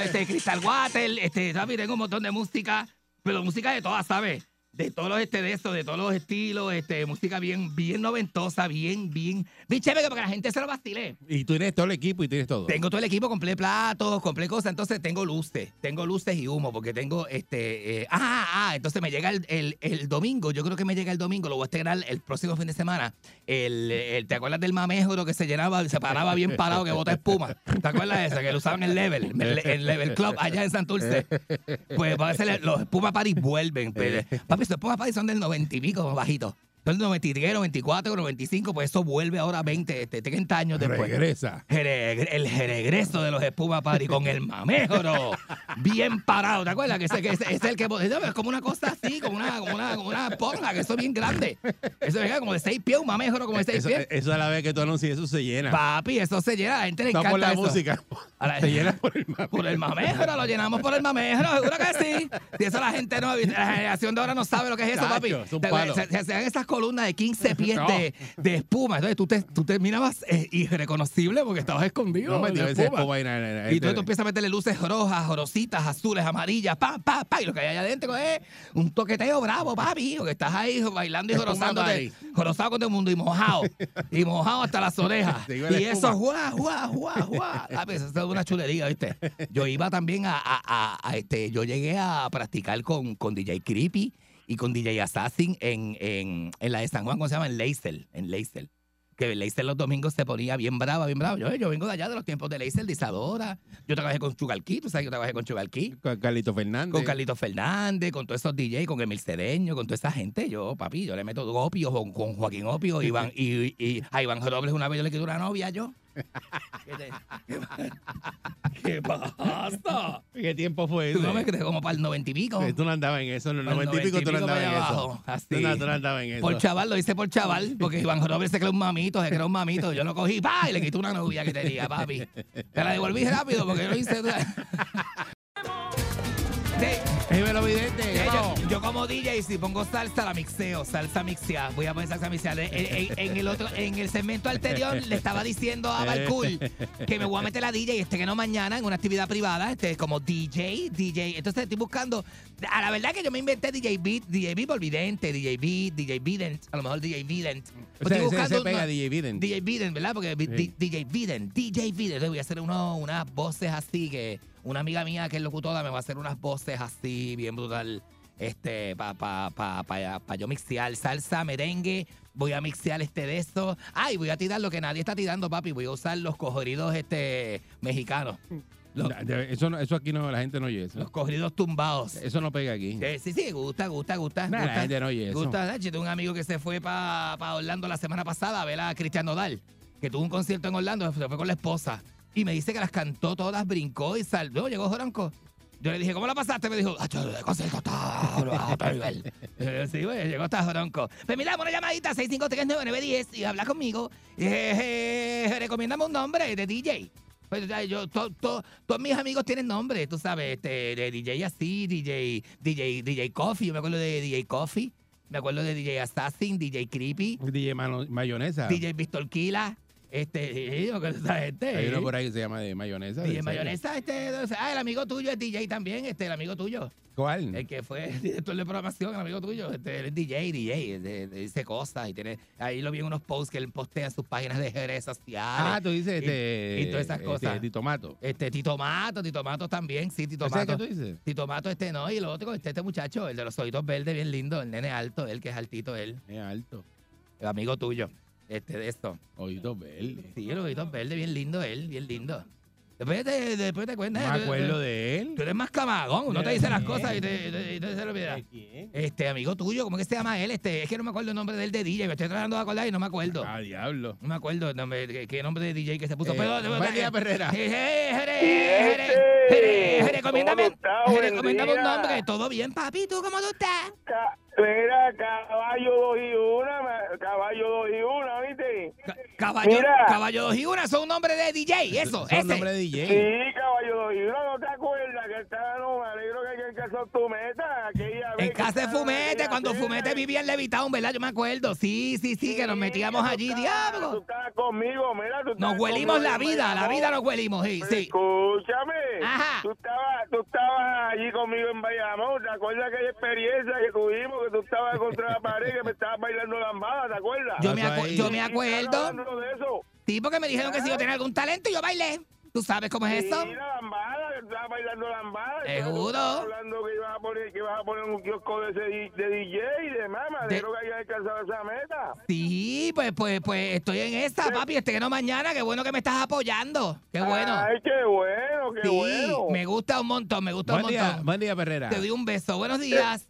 Speaker 4: Este, Crystal Water, este, papi, tengo un montón de música, pero música de todas, ¿sabes? De todos los este de eso, de todos los estilos, este, música bien, bien noventosa, bien, bien, bien chévere, porque la gente se lo vacile.
Speaker 3: Y tú tienes todo el equipo y tienes todo.
Speaker 4: Tengo todo el equipo, compré platos, compré cosas, entonces tengo luces, tengo luces y humo, porque tengo este. eh, ah, ah, entonces me llega el, el- el domingo, yo creo que me llega el domingo, lo voy a estrenar el próximo fin de semana. El, el- ¿Te acuerdas del mamejo que se llenaba, se paraba bien parado, que bota espuma? ¿Te acuerdas de esa? Que lo usaban en Level, el, el Level Club, allá en Santurce. Pues va a ser, los espuma Party vuelven. pero-
Speaker 3: Eh.
Speaker 4: papi, los espuma Party son del 90 y pico, bajitos. Son del 93, 94, 95, pues eso vuelve ahora 20, este, 30 años después.
Speaker 3: Regresa.
Speaker 4: Regre- el regreso de los Espuma Party con el mamejoro bien parado. ¿Te acuerdas? Que ese, que ese- es el que. Es como una cosa así, como una, como una, como una porra, que eso es bien grande. Eso es como de seis pies, un mamejoro como de seis
Speaker 3: Eh, Eso,
Speaker 4: pies.
Speaker 3: eso a la vez que tú anuncias, eso se llena.
Speaker 4: Papi, eso se llena, a la gente le
Speaker 3: no
Speaker 4: encanta
Speaker 3: por la
Speaker 4: eso.
Speaker 3: música.
Speaker 4: A la-
Speaker 3: Se llena por el mapa.
Speaker 4: Por el mamejero, lo llenamos por el mamejero, seguro que sí. Si eso la gente no, la generación de ahora no sabe lo que es eso,
Speaker 3: Chacho,
Speaker 4: papi.
Speaker 3: es un palo.
Speaker 4: Se, se- se dan esas columnas de 15 pies
Speaker 3: No.
Speaker 4: de, de espuma. Entonces tú, te, tú terminabas eh, irreconocible porque estabas escondido.
Speaker 3: No me
Speaker 4: en la
Speaker 3: dio ese
Speaker 4: espuma.
Speaker 3: espuma ahí, na, na, na,
Speaker 4: Y tú,
Speaker 3: este-
Speaker 4: tú empiezas a meterle luces rojas, rositas, azules, amarillas, pa, pa, pa. Y lo que hay allá adentro es un toqueteo bravo, papi. Porque estás ahí bailando y
Speaker 3: Espuma
Speaker 4: jorosándote.
Speaker 3: Mari.
Speaker 4: Jorosado con todo el mundo y mojado. y mojado hasta las orejas.
Speaker 3: Te iba la
Speaker 4: Y
Speaker 3: espuma.
Speaker 4: eso, guau, guau, guau, guau. Papi, eso es una chulería, ¿viste? Yo iba también a, a- a- a, este, yo llegué a practicar con, con DJ Creepy y con DJ Assassin en, en, en la de San Juan, ¿cómo se llama? En Leisel, en Leisel que Leisel los domingos se ponía bien brava, bien brava. Yo, yo vengo de allá de los tiempos de Leisel, de Isadora. Yo trabajé con Chugalquí, tú sabes que yo trabajé con Chugalquí,
Speaker 3: Con Carlito Fernández.
Speaker 4: con Carlito Fernández, con todos esos DJ, con Emil Cedeño, con toda esa gente. Yo, papi, yo le meto opio con, con Joaquín Opio Iván, y, y a Iván Robles una vez yo le quité una novia yo. ¿Qué, te- ¿Qué pasa?
Speaker 3: ¿Qué tiempo fue
Speaker 4: Tú
Speaker 3: ese?
Speaker 4: no me crees como para el noventa y pico.
Speaker 3: Eh, Tú no andabas en eso, en los
Speaker 4: Para el
Speaker 3: 90 y pico tú no
Speaker 4: 90 y pico
Speaker 3: andabas
Speaker 4: para
Speaker 3: en
Speaker 4: allá
Speaker 3: eso.
Speaker 4: abajo, así.
Speaker 3: Tú no, tú no andabas en eso.
Speaker 4: Por chaval, lo hice por chaval, porque Iván Robles se creó un mamito, se creó un mamito. Yo lo cogí, pa, y le quité una novia que tenía, papi. Te la devolví rápido porque yo lo hice. Sí,
Speaker 3: Dímelo, vidente.
Speaker 4: sí, yo,
Speaker 3: vamos.
Speaker 4: yo como como DJ, si pongo salsa, la mixeo, salsa mixeada. Voy a poner salsa mixeada. En, en- en el otro, en el segmento anterior le estaba diciendo a Balcool que me voy a meter la DJ este que no mañana en una actividad privada, este como DJ, DJ. Entonces estoy buscando. A la verdad que yo me inventé DJ Beat, DJ Beat por Vidente, DJ Beat, DJ Vident, a lo mejor DJ Vident.
Speaker 12: O sea,
Speaker 4: Estoy
Speaker 12: ese- ese
Speaker 4: buscando
Speaker 12: pega
Speaker 4: una-
Speaker 12: DJ Biden.
Speaker 4: DJ Biden, ¿verdad? Porque vi-
Speaker 12: Sí.
Speaker 4: di- DJ Biden, DJ Biden. Entonces voy a hacer uno- unas voces así que una amiga mía que es locutora me va a hacer unas voces así bien brutal. Este, pa, pa, pa, pa, pa yo mixear salsa, merengue, voy a mixear este de eso. Ay, voy a tirar lo que nadie está tirando, papi. Voy a usar los cojoridos este, mexicanos,
Speaker 3: Na- de- Eso, no- eso aquí no, la gente no oye eso.
Speaker 4: los cojoridos tumbados.
Speaker 3: Eso no pega aquí.
Speaker 4: Eh, sí, sí, gusta, gusta, gusta.
Speaker 3: Nah, la
Speaker 4: gusta.
Speaker 3: gente no oye eso.
Speaker 4: Gusta, Nachi, tengo un amigo que se fue para Orlando la semana pasada a ver a Cristian Nodal, que tuvo un concierto en Orlando, se fue con la esposa. Y me dice que las cantó todas, brincó y salió, llegó Joranco. Yo le dije, ¿cómo la pasaste? Me dijo, "Ah, yo, el concierto está a otro nivel". Y yo, ah, eh, Sí, güey, llegó hasta Joranco. Pues mira, una llamadita 6539910 y habla conmigo. Eh, eh, recomiéndame un nombre de DJ. Pues, ya, yo, to- to- todos mis amigos tienen nombre, tú sabes, este, de DJ así, DJ, DJ, DJ Coffee, yo me acuerdo de DJ Coffee, me acuerdo de DJ Assassin, DJ Creepy,
Speaker 3: DJ Mano- Mayonesa.
Speaker 4: DJ Pistolquila, este, sí, yo me acuerdo de esa gente.
Speaker 3: Hay uno por ahí que se llama de Mayonesa.
Speaker 4: DJ
Speaker 3: dice.
Speaker 4: Mayonesa, este, o sea, ah, el amigo tuyo es DJ también, este, el amigo tuyo,
Speaker 3: ¿Cuál?
Speaker 4: el que fue el director de programación, el amigo tuyo, este, él es DJ, DJ, este, dice cosas y tiene, ahí lo vi en unos posts que él postea en sus páginas de redes
Speaker 3: Ah,
Speaker 4: sociales.
Speaker 3: tú dices
Speaker 4: y-
Speaker 3: este,
Speaker 4: y todas esas
Speaker 3: este,
Speaker 4: cosas.
Speaker 3: Tito Mato.
Speaker 4: Este, Tito Mato, Tito Mato también, sí, Tito
Speaker 3: ¿Ese es el
Speaker 4: Mato.
Speaker 3: que tú dices?
Speaker 4: Tito Mato este no, y el otro, este, este muchacho, el de los ojitos verdes, bien lindo, el nene alto, él que es altito, él,
Speaker 3: Es alto.
Speaker 4: el amigo tuyo, este de esto.
Speaker 3: Ojitos verdes.
Speaker 4: Sí, los ojitos verdes, bien lindo él, bien lindo. Después te, después te
Speaker 3: No
Speaker 4: cuentas.
Speaker 3: me
Speaker 4: eh, tú-
Speaker 3: acuerdo
Speaker 4: tú-
Speaker 3: de él.
Speaker 4: Tú eres más camagón, uno te dice las cosas y te, y te- y te se lo olvida.
Speaker 3: quién?
Speaker 4: Este amigo tuyo, ¿cómo que se llama él? Este, es que no me acuerdo el nombre del de DJ, me estoy tratando de acordar y no me acuerdo.
Speaker 3: Ah, diablo.
Speaker 4: No me acuerdo el nombre, qué, qué nombre de DJ que se puso.
Speaker 3: Eh,
Speaker 4: pero,
Speaker 3: buen día, Perrera.
Speaker 4: Eh, eh, jere, jere, jere,
Speaker 3: Eh,
Speaker 8: eh,
Speaker 4: jere, recomiéndame,
Speaker 8: ¿Cómo está? Ah, Buen
Speaker 4: recomiéndame un
Speaker 8: día.
Speaker 4: nombre. Todo bien, papi. ¿Tú cómo tú estás?
Speaker 8: Ca- Mira, caballo dos y una, ma- caballo dos y una, ¿viste?
Speaker 4: Ca- Caballo,
Speaker 8: Mira.
Speaker 4: caballo dos y una son un nombre de DJ. Eso,
Speaker 3: Es
Speaker 4: ese.
Speaker 3: un nombre de DJ.
Speaker 8: Sí, caballo dos y una, ¿no te acuerdas que estaba, no, me alegro que aquel caso tu meta, aquella vez
Speaker 4: En
Speaker 8: que
Speaker 4: casa de
Speaker 8: estaba
Speaker 4: Fumete,
Speaker 8: aquella
Speaker 4: cuando
Speaker 8: cena?
Speaker 4: Fumete vivía en Levitown, ¿verdad? Yo me acuerdo. Sí, sí, sí, que nos metíamos
Speaker 8: tú
Speaker 4: allí,
Speaker 8: estabas- Tú
Speaker 4: diablo.
Speaker 8: estabas conmigo, mira, tú
Speaker 4: Ah. Nos
Speaker 8: estabas
Speaker 4: huelimos
Speaker 8: conmigo,
Speaker 4: la
Speaker 8: yo me
Speaker 4: vida, la
Speaker 8: llamó.
Speaker 4: vida nos huelimos, sí, sí.
Speaker 8: Escúchame,
Speaker 4: Ajá.
Speaker 8: tú estabas, tú estabas allí conmigo en Bayamón, ¿te acuerdas aquella experiencia que tuvimos que tú estabas contra la pared que me estabas bailando lambada, ¿te acuerdas?
Speaker 4: Yo me,
Speaker 3: Eso
Speaker 4: acu-
Speaker 3: ahí.
Speaker 4: yo me
Speaker 8: Y estás
Speaker 4: acuerdo.
Speaker 8: hablando de eso.
Speaker 4: Sí, porque me dijeron que si yo tenía algún talento, yo bailé. ¿Tú sabes cómo es eso?
Speaker 8: Sí, la lambada, que estaba bailando lambada. y
Speaker 4: Seguro.
Speaker 8: tú estabas Hablando que ibas a poner, que ibas a poner un kiosco de, ese di- de DJ y de mama,
Speaker 4: De-
Speaker 8: de... creo que hayas alcanzado esa meta.
Speaker 4: Sí, pues, pues, pues estoy en esa, papi. Este que no mañana, qué bueno que me estás apoyando. Qué bueno.
Speaker 8: Ay, qué bueno, qué
Speaker 4: sí,
Speaker 8: bueno.
Speaker 4: me gusta un montón, me gusta
Speaker 3: Buen
Speaker 4: un
Speaker 3: día,
Speaker 4: montón.
Speaker 3: buen día, Perrera.
Speaker 4: Te doy un beso. Buenos días.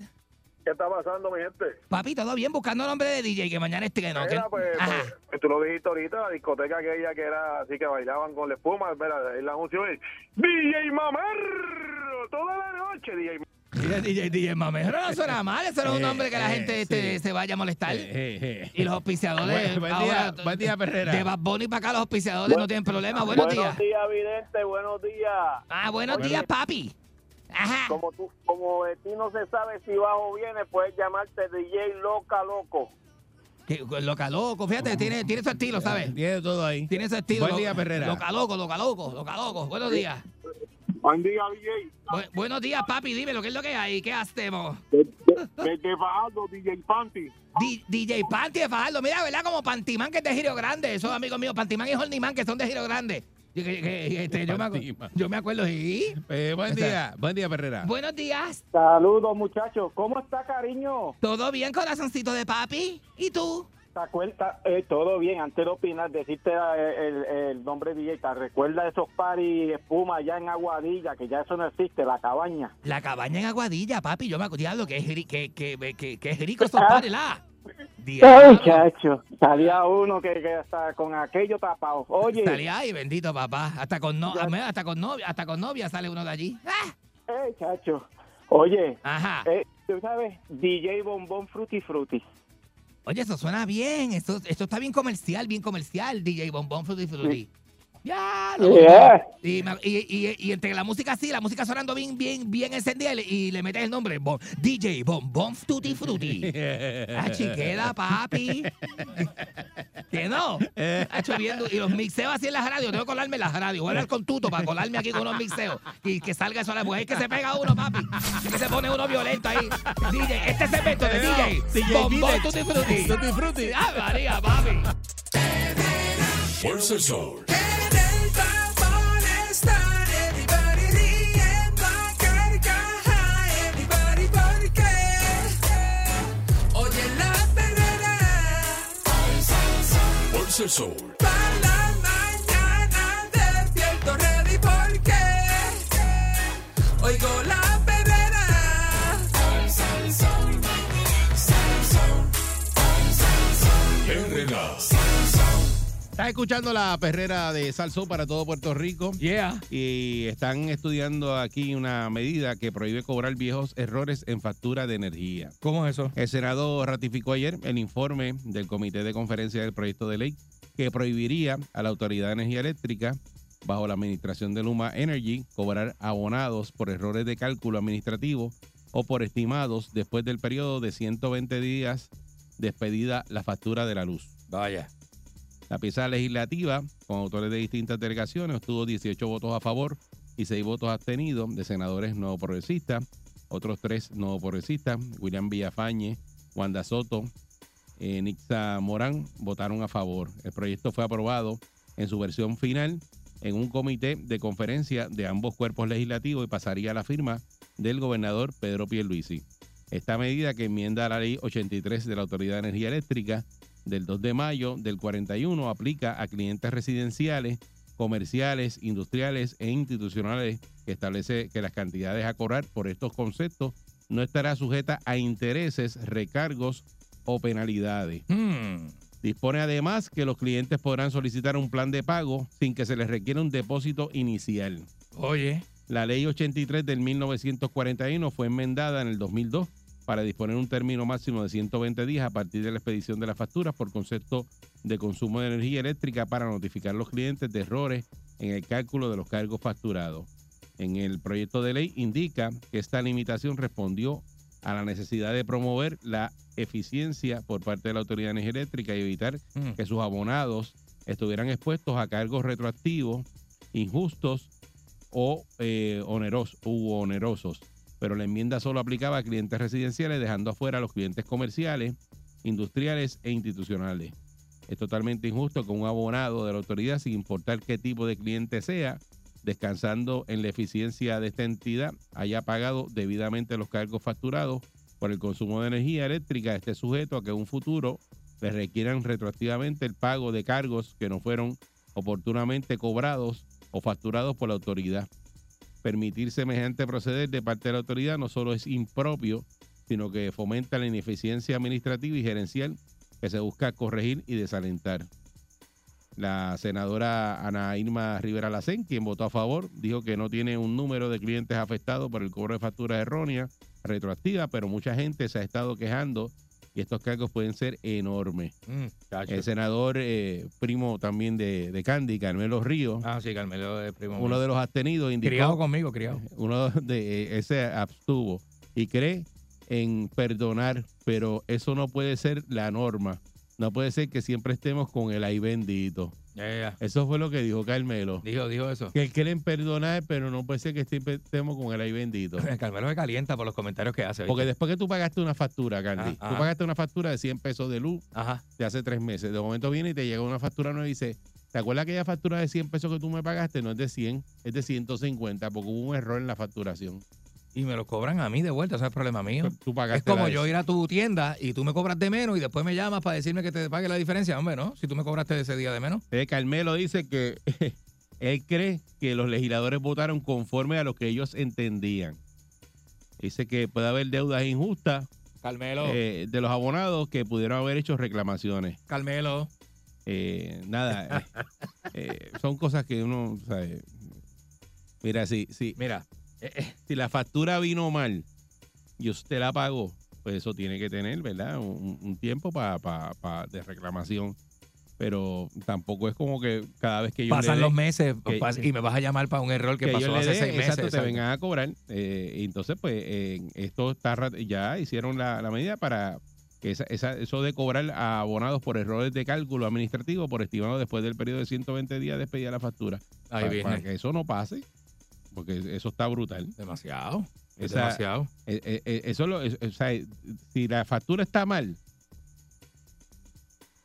Speaker 8: ¿Qué está pasando, mi gente?
Speaker 4: Papi, todo bien, buscando nombre de DJ, que mañana este que no. que-
Speaker 8: Este. Mira, pues,
Speaker 4: Ajá.
Speaker 8: pues, tú lo dijiste ahorita, la discoteca aquella que era así que bailaban con la espuma, mira, el anuncio es DJ Mamarro, toda la noche DJ
Speaker 4: DJ, DJ, DJ, mamero no suena mal. Eso no es un
Speaker 3: Eh,
Speaker 4: nombre que la
Speaker 3: eh,
Speaker 4: gente este,
Speaker 3: sí.
Speaker 4: se vaya a molestar.
Speaker 3: Eh, eh, eh.
Speaker 4: Y los auspiciadores.
Speaker 3: Buen- buen
Speaker 4: ahora,
Speaker 3: día, buen día, Perrera.
Speaker 4: De Bad Bunny para acá, los auspiciadores no tienen problema. Ah, Buenos, días.
Speaker 8: Vidente, buenos días.
Speaker 4: Ah, buenos
Speaker 3: Bueno.
Speaker 4: días, papi. Ajá.
Speaker 8: Como tú, como de ti no se sabe si bajo viene, puedes llamarte DJ Loca Loco.
Speaker 4: Que- Loca loco, fíjate, tiene, tiene su estilo, ¿sabes?
Speaker 3: Tiene todo ahí.
Speaker 4: Tiene ese estilo.
Speaker 3: Buen día,
Speaker 4: lo-
Speaker 3: Perrera.
Speaker 4: Loca loco, loca loco, loca loco. Buenos días.
Speaker 8: Buen día, DJ.
Speaker 4: Bu- buenos días, papi. Dime lo que es lo que hay. ¿Qué hacemos?
Speaker 8: Desde Fajardo, DJ Panty.
Speaker 4: Di- DJ Panty de Fajardo. Mira, ¿verdad? Como Pantimán, que es de Giro Grande. Esos amigos míos, Pantimán y Hornimán, que son de Giro Grande. Y que- que- este, yo, me acu-
Speaker 3: Pantimán.
Speaker 4: yo me acuerdo. ¿sí?
Speaker 3: Eh, buen
Speaker 4: O sea,
Speaker 3: día, buen día, Perrera.
Speaker 4: Buenos días.
Speaker 7: Saludos, muchachos. ¿Cómo está, cariño?
Speaker 4: ¿Todo bien, corazoncito de papi? ¿Y tú?
Speaker 7: ¿Te acuerdas? Eh, todo bien. Antes de opinar, decirte eh, el, el nombre de DJ. ¿Te recuerda esos paris espuma allá en Aguadilla? Que ya eso no existe, la cabaña.
Speaker 4: La cabaña en Aguadilla, papi. Yo me acuerdo. Diablo, que es, ri- que, que, que, que es rico esos pares, la. Diablo.
Speaker 7: Muchachos, salía uno que, que hasta con aquello tapado. Oye,
Speaker 4: Salí ahí, bendito papá. Hasta con, no, hasta con novia, hasta con novia sale uno de allí. ¡Ah!
Speaker 7: eh, chacho. Oye,
Speaker 4: Ajá.
Speaker 7: eh, tú sabes, DJ Bombón Fruity Fruity.
Speaker 4: Oye, eso suena bien. Esto, esto está bien comercial, bien comercial, DJ Bombón Fruity Fruity. Ya, lo-
Speaker 8: Yeah.
Speaker 4: y, me- y- y- y entre la música así, la música sonando bien, bien, bien encendida y le, y le metes el nombre, Bon- DJ Bon Bon Tutti Frutti. Ah, chiqueda, papi. ¿Que no? Hacho, viendo, y los mixeos así en las radios. Tengo que colarme en las radios. Voy a hablar con Tuto para colarme aquí con unos mixeos. Y que salga eso a la mujer. Es que se pega uno, papi. Es que se pone uno violento ahí. DJ, este segmento de DJ. Bombón Tutti Frutti. Tutti Frutti. Ah, María, papi.
Speaker 11: Fuerza el sol.
Speaker 1: En el tapón están everybody riendo a carcaja, everybody porque oye la perrera.
Speaker 11: Fuerza el sol.
Speaker 1: Para la mañana despierto ready porque oigo la perrera.
Speaker 11: Herrera.
Speaker 3: Estás escuchando la perrera de Salsó para todo Puerto Rico.
Speaker 4: Yeah.
Speaker 3: Y están estudiando aquí una medida que prohíbe cobrar viejos errores en factura de energía.
Speaker 4: ¿Cómo es eso?
Speaker 3: El Senado ratificó ayer el informe del Comité de Conferencia del Proyecto de Ley que prohibiría a la Autoridad de Energía Eléctrica, bajo la administración de Luma Energy, cobrar abonados por errores de cálculo administrativo o por estimados después del periodo de 120 días despedida la factura de la luz.
Speaker 4: Vaya.
Speaker 3: La pieza legislativa, con autores de distintas delegaciones, obtuvo 18 votos a favor y 6 votos abstenidos de senadores no progresistas, otros 3 no progresistas, William Villafañe, Wanda Soto, eh, Nixa Morán, votaron a favor. El proyecto fue aprobado en su versión final en un comité de conferencia de ambos cuerpos legislativos y pasaría a la firma del gobernador Pedro Pierluisi. Esta medida que enmienda la ley 83 de la Autoridad de Energía Eléctrica del 2 de mayo del 41 aplica a clientes residenciales, comerciales, industriales e institucionales que establece que las cantidades a cobrar por estos conceptos no estará sujeta a intereses, recargos o penalidades.
Speaker 4: Hmm.
Speaker 3: Dispone además que los clientes podrán solicitar un plan de pago sin que se les requiera un depósito inicial.
Speaker 4: Oye.
Speaker 3: La ley 83 del 1941 fue enmendada en el 2002 para disponer un término máximo de 120 días a partir de la expedición de las facturas por concepto de consumo de energía eléctrica para notificar a los clientes de errores en el cálculo de los cargos facturados. En el proyecto de ley indica que esta limitación respondió a la necesidad de promover la eficiencia por parte de la Autoridad de Energía Eléctrica y evitar
Speaker 4: Hmm.
Speaker 3: que sus abonados estuvieran expuestos a cargos retroactivos, injustos o eh, oneros- u onerosos. Pero la enmienda solo aplicaba a clientes residenciales, dejando afuera a los clientes comerciales, industriales e institucionales. Es totalmente injusto que un abonado de la autoridad, sin importar qué tipo de cliente sea, descansando en la eficiencia de esta entidad, haya pagado debidamente los cargos facturados por el consumo de energía eléctrica, esté sujeto a que en un futuro le requieran retroactivamente el pago de cargos que no fueron oportunamente cobrados o facturados por la autoridad. Permitir semejante proceder de parte de la autoridad no solo es impropio, sino que fomenta la ineficiencia administrativa y gerencial que se busca corregir y desalentar. La senadora Ana Irma Rivera Lacén, quien votó a favor, dijo que no tiene un número de clientes afectados por el cobro de facturas erróneas retroactivas, pero mucha gente se ha estado quejando y estos cargos pueden ser enormes.
Speaker 4: Mm, chacho.
Speaker 3: El senador eh, primo también de, de Candy, Carmelo Ríos,
Speaker 4: Ah, sí, Carmelo es primo.
Speaker 3: uno
Speaker 4: mío.
Speaker 3: de los abstenidos,
Speaker 4: criado
Speaker 3: indicó
Speaker 4: conmigo, criado.
Speaker 3: uno de eh, ese abstuvo y cree en perdonar, pero eso no puede ser la norma. No puede ser que siempre estemos con el ay bendito.
Speaker 4: Ya, ya, ya.
Speaker 3: Eso fue lo que dijo Carmelo.
Speaker 4: Dijo, dijo eso.
Speaker 3: Que quieren perdonar, pero no puede ser que siempre estemos con el ay bendito.
Speaker 4: Carmelo me calienta por los comentarios que hace. ¿viste?
Speaker 3: Porque después que tú pagaste una factura, Candy,
Speaker 4: Ah,
Speaker 3: tú
Speaker 4: ah.
Speaker 3: pagaste una factura de 100 pesos de luz
Speaker 4: Ajá.
Speaker 3: de hace tres meses. De momento viene y te llega una factura nueva y dice, ¿te acuerdas aquella factura de 100 pesos que tú me pagaste? No es de 100, es de 150 porque hubo un error en la facturación.
Speaker 4: Y me lo cobran a mí de vuelta, ese es el problema mío.
Speaker 3: Pues Tú pagaste
Speaker 4: Es como
Speaker 3: la
Speaker 4: yo
Speaker 3: de-
Speaker 4: ir a tu tienda y tú me cobras de menos y después me llamas para decirme que te pague la diferencia. Hombre, ¿no? Si tú me cobraste ese día de menos.
Speaker 3: Eh, Carmelo dice que él cree que los legisladores votaron conforme a lo que ellos entendían. Dice que puede haber deudas injustas
Speaker 4: Carmelo,
Speaker 3: eh, de los abonados que pudieron haber hecho reclamaciones.
Speaker 4: Carmelo.
Speaker 3: Eh, nada, eh, eh, son cosas que uno sabe. Mira, si, si,
Speaker 4: Mira,
Speaker 3: si la factura vino mal y usted la pagó, pues eso tiene que tener, ¿verdad? Un, un tiempo para de reclamación. pero tampoco es como que cada vez que yo
Speaker 4: Pasan
Speaker 3: le dé-
Speaker 4: los meses
Speaker 3: que-
Speaker 4: pas- y me vas a llamar para un error que,
Speaker 3: que
Speaker 4: pasó
Speaker 3: yo le
Speaker 4: hace
Speaker 3: dé,
Speaker 4: seis meses.
Speaker 3: exacto, te
Speaker 4: exacto.
Speaker 3: vengan a cobrar. Eh, y entonces, pues, eh, esto está ra- ya hicieron la, la medida para que esa- esa- eso de cobrar a abonados por errores de cálculo administrativo por estimado después del periodo de 120 días de despedida de la factura.
Speaker 4: Ahí
Speaker 3: para,
Speaker 4: viene.
Speaker 3: para que eso no pase, porque eso está brutal.
Speaker 4: Demasiado. Es
Speaker 3: Esa-
Speaker 4: demasiado.
Speaker 3: Eh, eh, eh, eso lo, es- o sea, eh, si la factura está mal,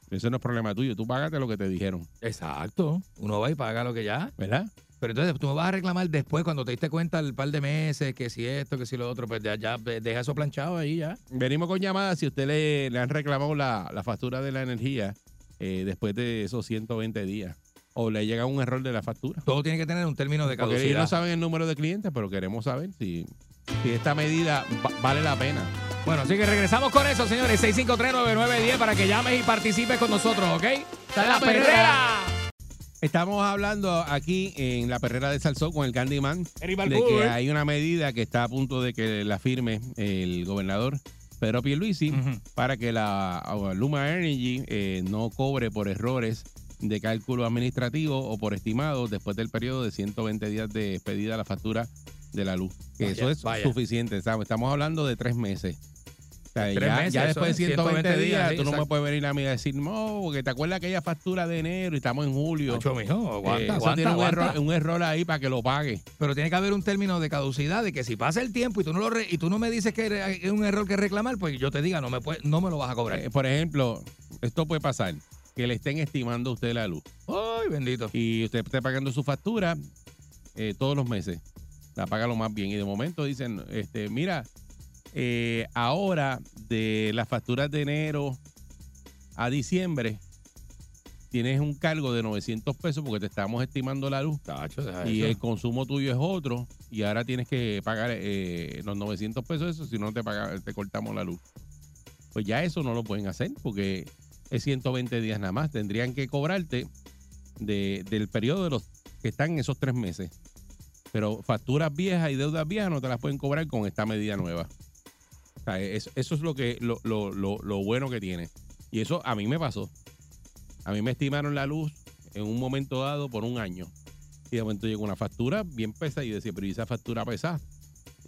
Speaker 3: eso no es problema tuyo. Tú pagaste lo que te dijeron,
Speaker 4: Exacto. Uno va y paga lo que ya.
Speaker 3: ¿verdad?
Speaker 4: Pero entonces tú me vas a reclamar después cuando te diste cuenta el par de meses que si esto, que si lo otro, pues ya, ya de- deja eso planchado ahí ya.
Speaker 3: Venimos con llamadas. Si usted le, le han reclamado la, la factura de la energía eh, después de esos 120 días o le llega un error de la factura.
Speaker 4: Todo tiene que tener un término de
Speaker 3: Porque
Speaker 4: caducidad.
Speaker 3: ellos no saben el número de clientes, pero queremos saber si, si esta medida va- vale la pena.
Speaker 4: Bueno, así que regresamos con eso, señores. 6539910 para que llames y participes con nosotros, ¿ok? ¡Está la perrera!
Speaker 3: Estamos hablando aquí en la perrera de Salsó con el Candyman de que hay una medida que está a punto de que la firme el gobernador Pedro Pierluisi
Speaker 4: Ujú.
Speaker 3: para que la ah, Luma Energy eh, no cobre por errores de cálculo administrativo o por estimado después del periodo de 120 días de despedida la factura de la luz. Que
Speaker 4: Vaya,
Speaker 3: eso es
Speaker 4: vaya.
Speaker 3: suficiente, ¿sabes? Estamos hablando de tres meses. O sea,
Speaker 4: Tres
Speaker 3: ya,
Speaker 4: meses,
Speaker 3: ya
Speaker 4: eso
Speaker 3: después de
Speaker 4: es
Speaker 3: 120,
Speaker 4: 120
Speaker 3: días,
Speaker 4: días, sí,
Speaker 3: tú no me
Speaker 4: exacto.
Speaker 3: puedes venir a mí a decir, no, porque te acuerdas aquella factura de enero y estamos en julio.
Speaker 4: Ocho, mijo, aguanta,
Speaker 3: Eh, eso
Speaker 4: aguanta,
Speaker 3: tiene un,
Speaker 4: aguanta.
Speaker 3: Error, un error ahí para que lo pague.
Speaker 4: Pero tiene que haber un término de caducidad de que si pasa el tiempo y tú no lo re- y tú no me dices que re- es un error que reclamar, pues yo te diga, no me puede- no me lo vas a cobrar.
Speaker 3: Eh, por ejemplo, esto puede pasar, que le estén estimando a usted la luz
Speaker 4: Ay, bendito.
Speaker 3: y usted esté pagando su factura eh, todos los meses. La paga lo más bien y de momento dicen, este, mira, eh, ahora de las facturas de enero a diciembre tienes un cargo de 900 pesos porque te estamos estimando la luz
Speaker 4: Tacho, deja
Speaker 3: y
Speaker 4: eso.
Speaker 3: el consumo tuyo es otro y ahora tienes que pagar eh, los 900 pesos eso si no te paga- te cortamos la luz pues ya eso no lo pueden hacer porque es 120 días nada más tendrían que cobrarte de- del periodo de los que están en esos tres meses pero facturas viejas y deudas viejas no te las pueden cobrar con esta medida nueva O sea, es- eso es lo que lo, lo- lo- lo bueno que tiene y eso a mí me pasó a mí me estimaron la luz en un momento dado por un año y de momento llegó una factura bien pesada y yo decía, pero ¿y esa factura pesada?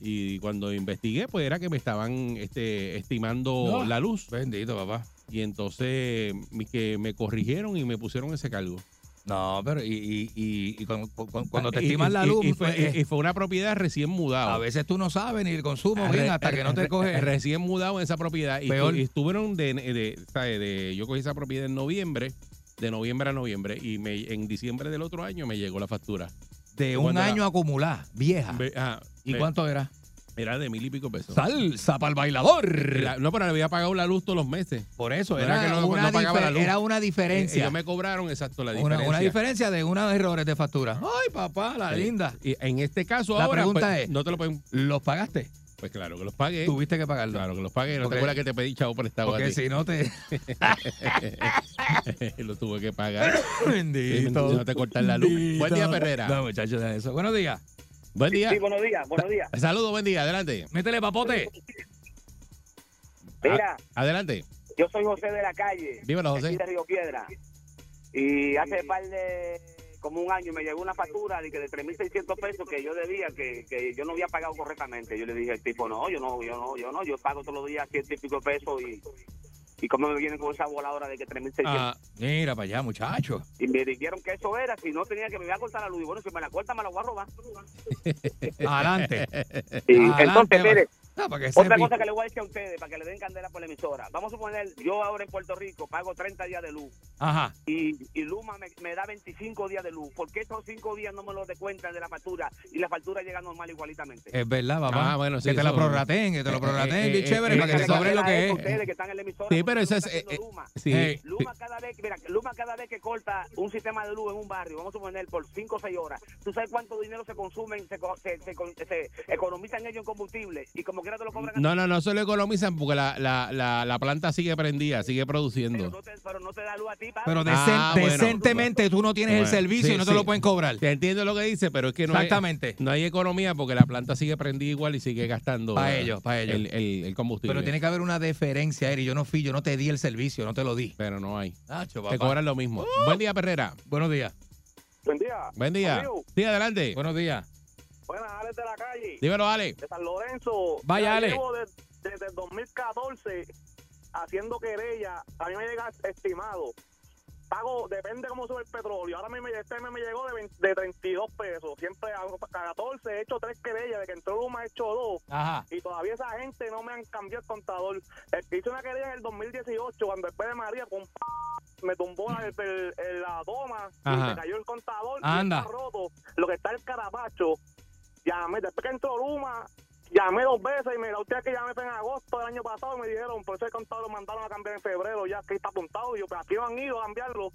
Speaker 3: Y cuando investigué, pues era que me estaban este, estimando
Speaker 4: No.
Speaker 3: la luz.
Speaker 4: Bendito, papá.
Speaker 3: Y entonces mi- que me corrigieron y me pusieron ese cargo.
Speaker 4: No, pero y, y, y, y cuando, cuando- cuando te
Speaker 3: Y-
Speaker 4: estiman
Speaker 3: y-
Speaker 4: la
Speaker 3: y-
Speaker 4: luz,
Speaker 3: Y, fue,
Speaker 4: eh,
Speaker 3: y- y fue una propiedad recién mudada.
Speaker 4: a veces tú no sabes ni el consumo,
Speaker 3: Re-
Speaker 4: bien, hasta que no te
Speaker 3: re-
Speaker 4: coge.
Speaker 3: Recién mudado en esa propiedad. Y,
Speaker 4: Peor.
Speaker 3: estu- y estuvieron de, de- ¿sabe? de- Yo cogí esa propiedad en noviembre, de noviembre a noviembre. Y me, en diciembre del otro año me llegó la factura.
Speaker 4: de un
Speaker 3: cuando la-
Speaker 4: año acumulada, vieja.
Speaker 3: Ve- ajá,
Speaker 4: ¿Y
Speaker 3: ve-
Speaker 4: cuánto era?
Speaker 3: Era de mil y pico pesos.
Speaker 4: Salsa para el bailador.
Speaker 3: La- no, pero le había pagado la luz todos los meses.
Speaker 4: Por eso,
Speaker 3: No
Speaker 4: era,
Speaker 3: era que no-
Speaker 4: una
Speaker 3: no pagaba la
Speaker 4: difer-
Speaker 3: luz.
Speaker 4: era una
Speaker 3: Y
Speaker 4: diferencia.
Speaker 3: ellos me cobraron exacto la
Speaker 4: una,
Speaker 3: diferencia.
Speaker 4: una diferencia de unos errores de factura. Ay, papá, la
Speaker 3: Sí.
Speaker 4: linda.
Speaker 3: Y en este caso
Speaker 4: La
Speaker 3: ahora
Speaker 4: pregunta
Speaker 3: pues,
Speaker 4: es-
Speaker 3: no te lo pueden
Speaker 4: ¿Los pagaste?
Speaker 3: pues claro que los pagué.
Speaker 4: Tuviste que pagarlo.
Speaker 3: Claro que los pagué, no
Speaker 4: Porque-
Speaker 3: te acuerdas que te pedí chavo prestado a
Speaker 4: Porque
Speaker 3: ti.
Speaker 4: si no te.
Speaker 3: lo tuve que pagar. Si
Speaker 4: Bendito.
Speaker 3: no te cortan la luz. Buen día, Perrera.
Speaker 4: No, muchachos, de eso. Buenos días.
Speaker 3: Buen día.
Speaker 13: Sí, buenos días, buenos días.
Speaker 3: Saludos, buen día, adelante.
Speaker 4: Métele papote.
Speaker 13: Mira,
Speaker 3: A- adelante.
Speaker 13: yo soy José de la calle,
Speaker 3: Dímelo,
Speaker 13: aquí
Speaker 3: José.
Speaker 13: de Río Piedra. Y hace par de como un año me llegó una factura de que de 3.600 pesos que yo debía, que, que yo no había pagado correctamente. Yo le dije al tipo, no, yo no, yo no, yo no, yo pago todos los días ciento y pico pesos y, y cómo me vienen con esa voladora de que 3.600
Speaker 4: Ah, mira para allá, muchachos.
Speaker 13: Y me dijeron que eso era, si no tenía que me iba a cortar la luz. Y bueno, si me la corta, me la voy a robar.
Speaker 4: Adelante.
Speaker 13: Y
Speaker 4: Adelante,
Speaker 13: entonces,
Speaker 4: va.
Speaker 13: mire,
Speaker 4: Ah, para que
Speaker 13: otra
Speaker 4: sepa.
Speaker 13: cosa que le voy a decir a ustedes, para que le den candela por la emisora. Vamos a suponer, yo ahora en Puerto Rico pago 30 días de luz
Speaker 4: Ajá.
Speaker 13: y, y Luma me, me da 25 días de luz. ¿Por qué esos 5 días no me los descuentan de la factura y la factura llega normal igualitamente?
Speaker 4: Es verdad, papá.
Speaker 3: Ah, bueno, sí,
Speaker 4: que te la
Speaker 3: eso-
Speaker 4: prorrateen, que te
Speaker 3: Eh,
Speaker 4: lo prorrateen,
Speaker 3: eh,
Speaker 4: bien
Speaker 3: eh,
Speaker 4: chévere,
Speaker 3: eh,
Speaker 4: para que te
Speaker 3: eh,
Speaker 4: cobren lo que
Speaker 13: es.
Speaker 4: es.
Speaker 13: Ustedes que están en la emisora,
Speaker 3: Sí, pero
Speaker 13: porque
Speaker 3: eso
Speaker 13: lo
Speaker 3: es.
Speaker 13: está haciendo
Speaker 3: eh, eh,
Speaker 13: Luma.
Speaker 3: sí.
Speaker 4: Hey.
Speaker 13: Luma cada vez, mira, Luma cada vez que corta un sistema de luz en un barrio, vamos a poner por 5 o 6 horas, ¿tú sabes cuánto dinero se consumen, se, co- se, se con- se economizan ellos en combustible? Y como
Speaker 12: quiera te lo cobran.
Speaker 3: No, no, no se lo economizan porque la, la, la, la planta sigue prendida, sigue produciendo.
Speaker 12: No te- pero no te da luz a ti, papi.
Speaker 4: Pero
Speaker 3: Ah,
Speaker 4: decen-
Speaker 3: bueno.
Speaker 4: decentemente tú no tienes el
Speaker 3: Bueno,
Speaker 4: servicio
Speaker 3: sí,
Speaker 4: y no te
Speaker 3: sí.
Speaker 4: lo pueden cobrar.
Speaker 3: Te entiendo lo que dice, pero es que no hay-
Speaker 4: Exactamente.
Speaker 3: no hay economía porque la planta sigue prendida igual y sigue gastando
Speaker 4: Pa'
Speaker 3: eh,
Speaker 4: ellos, pa' ellos.
Speaker 3: El, el- el combustible.
Speaker 4: Pero tiene que haber una deferencia, Eri. Yo no fui, yo no te di el servicio, no te lo di.
Speaker 3: Pero no hay.
Speaker 4: Nacho,
Speaker 3: Te
Speaker 4: papá.
Speaker 3: cobran lo mismo. Buen día, Perrera.
Speaker 4: Buenos días.
Speaker 5: Buen día.
Speaker 3: Buen día.
Speaker 5: Amigo.
Speaker 3: Sí, adelante.
Speaker 4: Buenos días.
Speaker 5: Buenas, Alex de la calle.
Speaker 3: Dímelo, Ale.
Speaker 5: De San Lorenzo.
Speaker 12: Vaya,
Speaker 5: Ya
Speaker 12: Ale.
Speaker 5: Llevo de- desde el 2014 haciendo querella. A mí me llega estimado. Pago, depende cómo sube el petróleo. Ahora mismo este mes me llegó de, 20 de 32 pesos. Siempre hago pa- a 14 he hecho tres querellas. De que entró Luma he hecho dos.
Speaker 4: Ajá.
Speaker 5: Y todavía esa gente no me han cambiado el contador. Eh, Hice una querella en el 2018 cuando después de María con p- me tumbó la, el- el- la doma
Speaker 4: Ajá.
Speaker 5: y me cayó el contador.
Speaker 4: Anda.
Speaker 5: Y está roto. Lo que está el carapacho. Llamé, después que entró Luma, llamé dos veces y me la última que llamé fue en agosto del año pasado y me dijeron, por eso el contador lo mandaron a cambiar en febrero, ya que está apuntado. Y yo, pero aquí no han ido a cambiarlo.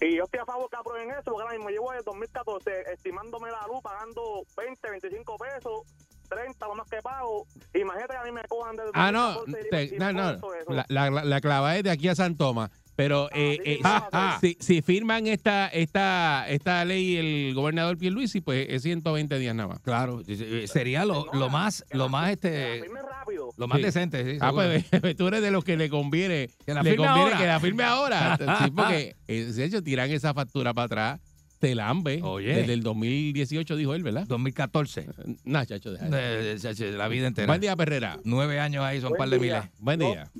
Speaker 5: Y yo estoy a favor que aprueben eso, porque ahora mismo llevo desde 2014 estimándome la luz, pagando 20, 25 pesos, 30 lo más que pago. Imagínate que a mí me cojan desde
Speaker 3: Ah, no.
Speaker 5: 2014 y-
Speaker 3: te-
Speaker 5: y
Speaker 3: no, no.
Speaker 5: todo eso.
Speaker 3: La, la, la- la clava es de aquí a San Tomás. Pero eh,
Speaker 5: sí,
Speaker 3: eh,
Speaker 5: ah, ah.
Speaker 3: si, si firman esta, esta, esta ley el gobernador Pierluisi, pues es 120 días nada más.
Speaker 4: Claro, eh, sería lo, lo más, lo más,
Speaker 5: Que la
Speaker 4: este,
Speaker 5: firmen rápido.
Speaker 4: lo más
Speaker 3: Sí.
Speaker 4: decente. sí,
Speaker 3: Ah,
Speaker 4: seguro.
Speaker 3: pues tú eres de los que le conviene.
Speaker 4: Que la
Speaker 3: le
Speaker 4: firme
Speaker 3: conviene
Speaker 4: ahora.
Speaker 3: que la firme ahora. Sí, porque eh, de hecho tiran esa factura para atrás. Te lambe.
Speaker 4: Oye.
Speaker 3: Desde el 2018 dijo él, ¿verdad?
Speaker 4: 2014.
Speaker 3: No, chacho, deja eso.
Speaker 4: Eh, chacho, la vida entera.
Speaker 3: Buen día, Perrera.
Speaker 4: Nueve años ahí, son
Speaker 14: Buen
Speaker 4: un par de
Speaker 14: día.
Speaker 4: miles.
Speaker 3: Buen día.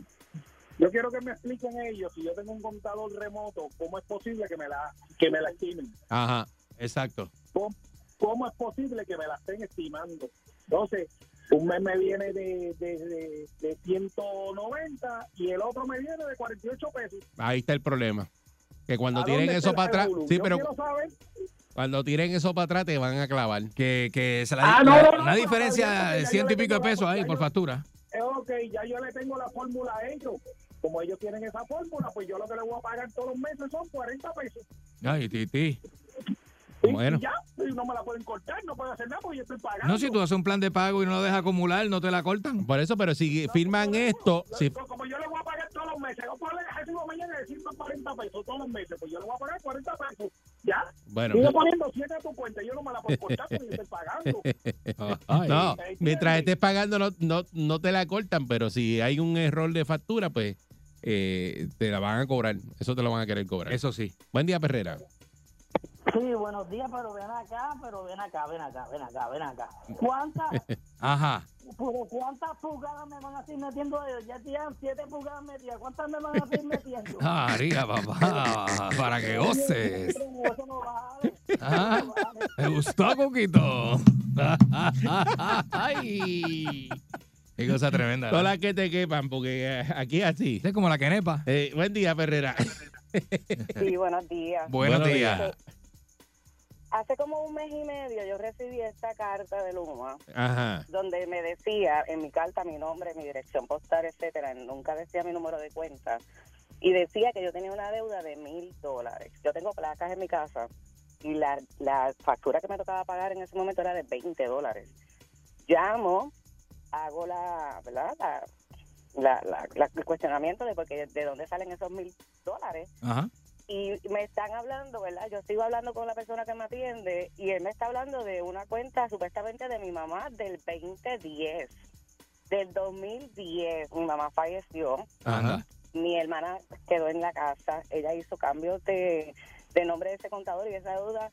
Speaker 14: Yo quiero que me expliquen ellos, si yo tengo un contador remoto, ¿cómo es posible que me la, que me la estimen?
Speaker 3: Ajá, exacto.
Speaker 14: ¿Cómo, cómo es posible que me la estén estimando? Entonces, un mes me viene de, de, de, de 190 y el otro me viene de 48 pesos.
Speaker 3: Ahí está el problema. Que cuando
Speaker 14: ¿A
Speaker 3: tiren
Speaker 14: dónde
Speaker 3: eso
Speaker 14: está
Speaker 3: para
Speaker 14: el
Speaker 3: atrás,
Speaker 14: revolú?
Speaker 3: sí,
Speaker 14: Yo
Speaker 3: pero
Speaker 14: quiero saber
Speaker 3: cuando tiren eso para atrás te van a clavar.
Speaker 4: Que, que se la,
Speaker 14: Ah, no,
Speaker 4: la-
Speaker 14: no, no,
Speaker 4: una
Speaker 14: no,
Speaker 4: diferencia
Speaker 14: no, no,
Speaker 4: de
Speaker 14: no,
Speaker 4: ciento y
Speaker 14: no, no,
Speaker 4: pico de
Speaker 14: no, no,
Speaker 4: pesos ahí
Speaker 14: no,
Speaker 4: por
Speaker 14: no.
Speaker 4: factura.
Speaker 14: Eh, ok, ya yo le tengo la fórmula a ellos. Como ellos tienen esa fórmula, pues yo lo que le voy a pagar todos los meses son 40 pesos.
Speaker 4: Ay, titi.
Speaker 14: Y-
Speaker 3: Bueno.
Speaker 14: Y ya, y no me la pueden cortar, no puedo hacer nada porque yo estoy pagando.
Speaker 4: No, si tú haces un plan de pago y no lo dejas acumular, no te la cortan.
Speaker 3: Por eso, pero si firman esto, si,
Speaker 14: Yo- Como yo le voy a pagar todos los meses, yo puedo recibo mañana de 140 pesos todos los meses, pues yo le voy a pagar 40 pesos. Ya,
Speaker 3: bueno,
Speaker 14: sigo poniendo 7 a tu cuenta, yo no me la puedo cortar porque yo estoy pagando.
Speaker 3: no, mientras estés pagando no, no, no te la cortan, pero si hay un error de factura, pues eh, te la van a cobrar. Eso te lo van a querer cobrar.
Speaker 4: Eso sí.
Speaker 3: Buen día, Perrera.
Speaker 12: Sí, buenos días, pero ven acá, pero ven acá, ven acá, ven acá, ven acá. ¿Cuántas,
Speaker 4: Ajá.
Speaker 12: pero cuántas pulgadas me van a seguir metiendo ellos? Ya tienen siete pulgadas metidas, ¿cuántas me van a seguir metiendo?
Speaker 4: Ah, rica, papá. Para que goces.
Speaker 12: Eso no vale.
Speaker 4: Ah, me gustó, Cuquito. Ay. Qué cosa tremenda.
Speaker 3: Todas
Speaker 4: ¿no?
Speaker 3: las que te quepan, porque eh, aquí así.
Speaker 4: Es como la quenepa.
Speaker 3: Eh, buen día, Perrera.
Speaker 15: Sí, buenos días.
Speaker 4: Buenos,
Speaker 3: Buenos
Speaker 4: días.
Speaker 3: días.
Speaker 15: Hace como un mes y medio yo recibí esta carta de Luma
Speaker 9: Eh.
Speaker 3: Ajá.
Speaker 15: donde me decía en mi carta mi nombre, mi dirección postal, etcétera, nunca decía mi número de cuenta y decía que yo tenía una deuda de mil dólares. Yo tengo placas en mi casa y la, la factura que me tocaba pagar en ese momento era de 20 dólares. Llamo, hago la, ¿verdad? La, la- la- la- el cuestionamiento de porque de dónde salen esos mil dólares
Speaker 4: Ajá.
Speaker 15: y me están hablando, ¿verdad? Yo sigo hablando con la persona que me atiende y él me está hablando de una cuenta supuestamente de mi mamá del 2010, del 2010. Mi mamá falleció,
Speaker 4: Anda.
Speaker 15: mi hermana quedó en la casa, ella hizo cambios de, de nombre de ese contador y esa deuda.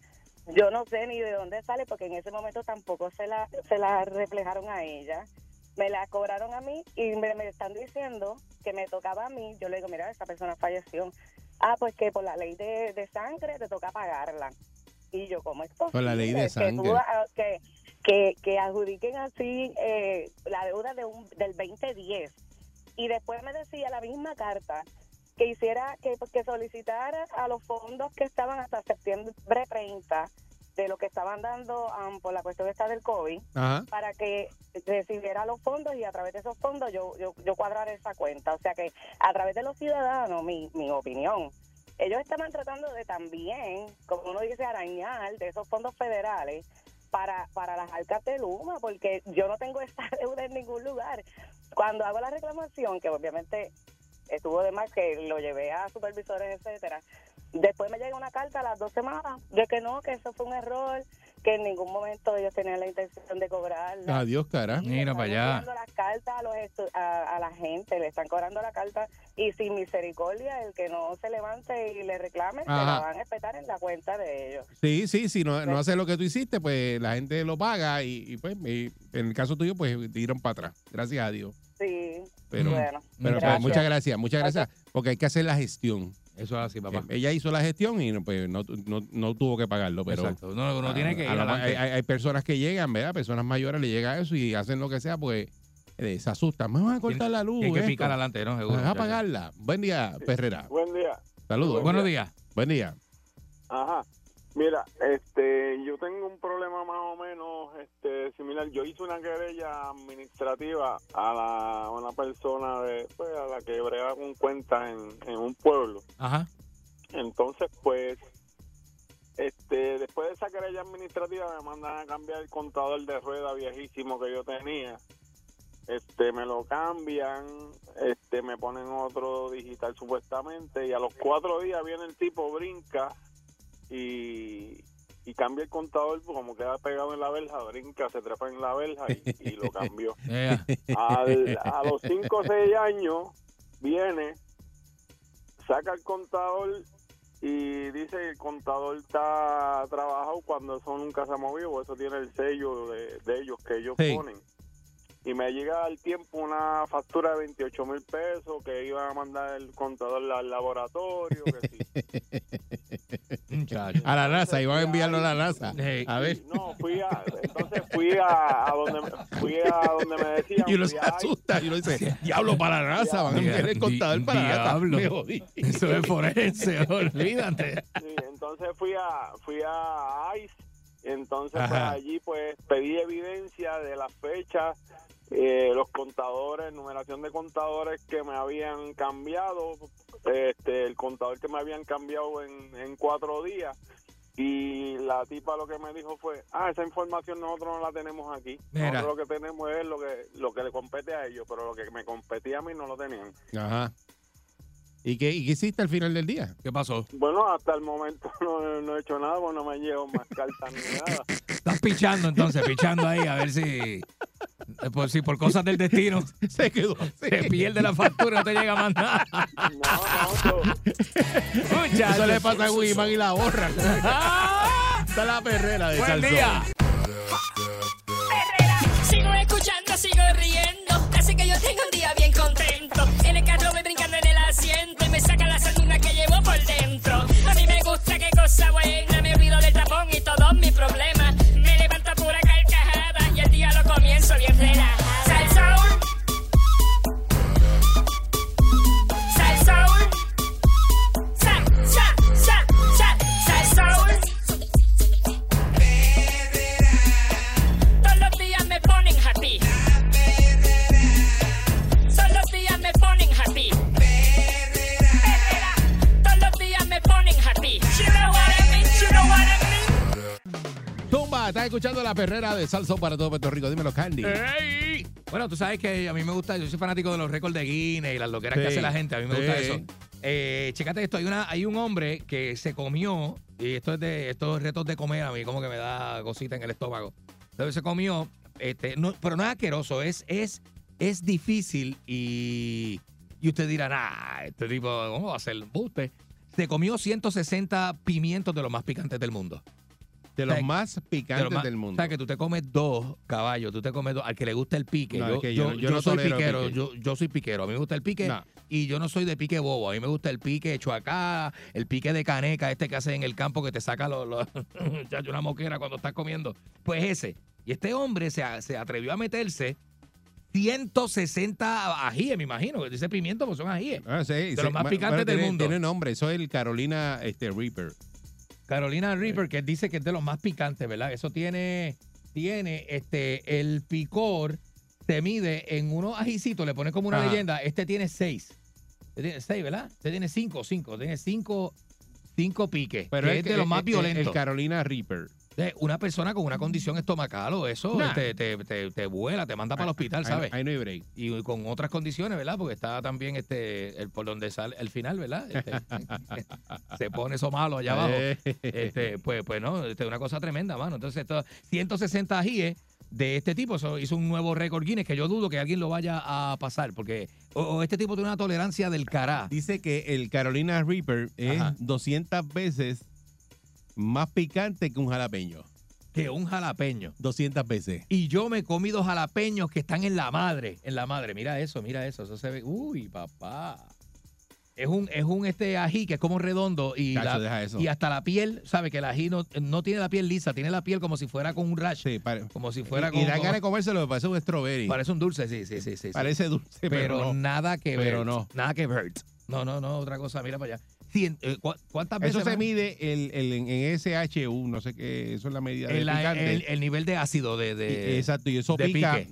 Speaker 15: Yo no sé ni de dónde sale porque en ese momento tampoco se la, se la reflejaron a ella. Me la cobraron a mí y me, me están diciendo que me tocaba a mí. Yo le digo, mira, esa persona falleció. Ah, pues que por la ley de, de sangre te toca pagarla. Y yo, ¿cómo es posible?
Speaker 3: Por la ley de
Speaker 15: que tú
Speaker 3: sangre.
Speaker 15: a- Que, que, que adjudiquen así eh, la deuda de un, del 2010. Y después me decía la misma carta que hiciera que, pues, que solicitara a los fondos que estaban hasta septiembre 30 de lo que estaban dando am, por la cuestión esta del COVID
Speaker 3: Ajá.
Speaker 15: para que recibiera los fondos y a través de esos fondos yo, yo, yo cuadrar esa cuenta. O sea que a través de los ciudadanos, mi, mi opinión, ellos estaban tratando de también, como uno dice, arañar de esos fondos federales para, para las arcas de Luma, porque yo no tengo esa deuda en ningún lugar. Cuando hago la reclamación, que obviamente estuvo de más que lo llevé a supervisores, etcétera, después me llega una carta a las dos semanas de que no, que eso fue un error, que en ningún momento ellos tenían la intención de cobrar
Speaker 3: Adiós, cara. Mira
Speaker 15: están cobrando las cartas a, los estu- a, a la gente, le están cobrando la carta y sin misericordia, el que no se levante y le reclame, se la
Speaker 3: Ajá.
Speaker 15: van a espetar en la cuenta de ellos.
Speaker 3: Sí, sí, si no, no hace lo que tú hiciste, pues la gente lo paga y, y, pues y en el caso tuyo, pues te dieron para atrás. Gracias a Dios.
Speaker 15: Sí,
Speaker 3: Pero,
Speaker 15: bueno.
Speaker 3: pero, pues, muchas gracias, muchas gracias, porque hay que hacer la gestión.
Speaker 4: Eso es así, papá.
Speaker 3: Eh, Ella hizo la gestión y no, pues, no, tu- no- no tuvo que pagarlo. Pero
Speaker 4: Exacto. No, uno
Speaker 3: a-
Speaker 4: tiene que
Speaker 3: a
Speaker 4: ir
Speaker 3: lo más- hay,
Speaker 4: adelante.
Speaker 3: hay- hay personas que llegan, ¿verdad? Personas mayores le llega eso y hacen lo que sea, pues eh, se asustan. Me van a cortar la luz.
Speaker 4: Tiene que
Speaker 3: esto.
Speaker 4: picar adelante, ¿no?
Speaker 3: Me
Speaker 4: Seguro.
Speaker 3: van a pagarla. Buen día, Perrera.
Speaker 8: Buen día.
Speaker 3: Saludos.
Speaker 4: Buenos días.
Speaker 3: Buen día.
Speaker 8: Ajá. Mira, este, yo tengo un problema más o menos este, similar. Yo hice una querella administrativa a, la, a una persona de, pues, a la que brega con cuentas en, en un pueblo.
Speaker 4: Ajá.
Speaker 8: Entonces, pues, este, después de esa querella administrativa me mandan a cambiar el contador de rueda viejísimo que yo tenía. Este, me lo cambian, este, me ponen otro digital supuestamente y a los cuatro días viene el tipo, brinca y, y cambia el contador pues, como queda pegado en la verja, brinca, se trepa en la verja y, y lo cambió. Al- a los 5 o 6 años viene, saca el contador y dice que el contador está trabajado cuando eso nunca se ha movido, porque eso tiene el sello de, de ellos que ellos
Speaker 9: Sí.
Speaker 8: ponen. Y me llega al tiempo una factura de 28 mil pesos que iban a mandar el contador al laboratorio. Que sí.
Speaker 3: A la NASA, iban a enviarlo a la NASA. A ver.
Speaker 8: No, fui a, entonces fui a, a donde, me- fui a donde me decían.
Speaker 3: Y uno
Speaker 8: fui
Speaker 3: se
Speaker 8: a-
Speaker 3: asusta y uno dice, diablo para la NASA, van a enviar el contador para la NASA.
Speaker 4: diablo.
Speaker 3: Me jodí.
Speaker 4: Eso es forense, olvídate.
Speaker 8: Sí, entonces fui a fui a ICE, entonces pues,
Speaker 4: Ajá.
Speaker 8: allí pues pedí evidencia de las fechas, eh, los contadores, numeración de contadores que me habían cambiado, este, el contador que me habían cambiado en, en cuatro días. Y la tipa lo que me dijo fue, ah, esa información nosotros no la tenemos aquí.
Speaker 3: Mira.
Speaker 8: Nosotros lo que tenemos es lo que lo que le compete a ellos, pero lo que me competía a mí no lo tenían.
Speaker 3: Ajá. ¿Y qué, ¿Y qué hiciste al final del día?
Speaker 4: ¿Qué pasó?
Speaker 8: Bueno, hasta el momento no, no he hecho nada, porque no me llevo más cartas ni nada.
Speaker 4: Estás pichando entonces, pichando ahí, a ver si. Por, si por cosas del destino.
Speaker 3: Se quedó.
Speaker 4: Se pierde la factura, no te llega más nada.
Speaker 3: Eso le pasa a Wiman y la borra. Está la perrera de
Speaker 16: Buen
Speaker 3: Salsón.
Speaker 16: día. Sigo escuchando, sigo riendo. Así que yo tengo un día bien contento. En el carro voy brincando en el asiento y me saca la sanduna que llevo por dentro. A mí me gusta, qué cosa buena. Me olvido del tapón y todos mis problemas. Me levanto a pura carcajada y el día lo comienzo bien relajada. Salsoul. Salsoul. Sal, sal, sal, sal, salsoul. Todos los días me ponen happy. Todos los días me ponen happy. Perrera. Todos los días me ponen happy. You know what I mean, you know what I mean.
Speaker 3: Tumba, estás escuchando la perrera de Salsón para todo Puerto Rico. Dímelo, Candy.
Speaker 4: Eh. ¡Ey! Bueno, tú sabes que a mí me gusta, yo soy fanático de los récords de Guinness y las loqueras que
Speaker 3: Sí,
Speaker 4: hace la gente, a mí me gusta
Speaker 3: sí.
Speaker 4: eso. Eh, chécate esto, hay, una, hay un hombre que se comió, y esto es de estos retos de comer, a mí como que me da cosita en el estómago. Entonces se comió, este, no- pero no es asqueroso, es, es, es difícil y, y usted dirá, nah, este tipo, ¿cómo va a hacer? Buste. Se comió 160 pimientos de los más picantes del mundo.
Speaker 3: De los más picantes
Speaker 4: Pero ma-
Speaker 3: del mundo.
Speaker 4: O sea, que tú te comes dos caballos, tú te comes dos. Al que le gusta el pique.
Speaker 3: No,
Speaker 4: yo,
Speaker 3: es que yo
Speaker 4: yo,
Speaker 3: no- yo
Speaker 4: yo
Speaker 3: no
Speaker 4: soy
Speaker 3: tolero el
Speaker 4: piquero,
Speaker 3: pique.
Speaker 4: Yo, yo soy piquero. A mí me gusta el pique
Speaker 3: No.
Speaker 4: y yo no soy de pique bobo. A mí me gusta el pique hecho acá, el pique de caneca, este que hace en el campo que te saca los, los- chacho, una moquera cuando estás comiendo. Pues ese. Y este hombre se, a- se atrevió a meterse 160 ajíes, me imagino. Que dice pimiento, pues son ajíes.
Speaker 3: Ah, sí,
Speaker 4: de
Speaker 3: sí.
Speaker 4: los más
Speaker 3: Ma-
Speaker 4: picantes
Speaker 3: bueno,
Speaker 4: del
Speaker 3: tiene-
Speaker 4: mundo.
Speaker 3: Tiene nombre, eso es el Carolina este, Reaper.
Speaker 4: Carolina Reaper, que dice que es de los más picantes, ¿verdad? Eso tiene, tiene, este, el picor se mide en unos ajicitos, le pone como una
Speaker 3: Ajá.
Speaker 4: leyenda, este tiene seis. Este tiene seis, ¿verdad? Este tiene cinco, cinco, tiene cinco, cinco piques,
Speaker 3: Pero
Speaker 4: que es, de
Speaker 3: que- e,
Speaker 4: los más
Speaker 3: el- el-
Speaker 4: violentos.
Speaker 3: El Carolina Reaper.
Speaker 4: Eh, Una persona con una condición estomacal o eso
Speaker 3: Nah.
Speaker 4: te, te- te- te vuela, te manda para el hospital,
Speaker 3: ahí no-
Speaker 4: ¿sabes?
Speaker 3: ahí no hay break.
Speaker 4: Y con otras condiciones, ¿verdad? Porque está también este el por donde sale el final, ¿verdad? Este, se pone eso malo allá abajo.
Speaker 3: Eh.
Speaker 4: Este, pues, pues no, este, una cosa tremenda, mano. Entonces, esto, 160 GIE de este tipo, eso hizo un nuevo récord Guinness que yo dudo que alguien lo vaya a pasar, porque o, o este tipo tiene una tolerancia del cará.
Speaker 3: Dice que el Carolina Reaper es 200 veces más picante que un jalapeño.
Speaker 4: Que un jalapeño.
Speaker 3: 200 veces.
Speaker 4: Y yo me comí dos jalapeños que están en la madre. En la madre. Mira eso, mira eso. Eso se ve. Uy, papá. Es un, es un este ají que es como redondo y,
Speaker 3: Cacho,
Speaker 4: la-
Speaker 3: deja eso.
Speaker 4: y hasta la piel, sabe que el ají no, no tiene la piel lisa, tiene la piel como si fuera con un rash. como si fuera
Speaker 3: y,
Speaker 4: con
Speaker 3: y da ganas de comérselo, me parece un strawberry.
Speaker 4: Parece un dulce, sí, sí, sí, sí. sí.
Speaker 3: Parece dulce, pero,
Speaker 4: pero
Speaker 3: no.
Speaker 4: nada que ver.
Speaker 3: Pero no.
Speaker 4: Nada que ver. No, no, no, otra cosa, mira para allá. Cien- eh, ¿cu- ¿Cuántas veces
Speaker 3: Eso se
Speaker 4: más?
Speaker 3: mide el, el- en- en SHU, no sé qué, eso es la medida de
Speaker 4: el, E la-
Speaker 3: picante.
Speaker 4: el- el nivel de ácido de, de-
Speaker 3: Y- E, Exacto, y eso
Speaker 4: Eh, de
Speaker 3: pica
Speaker 4: pique.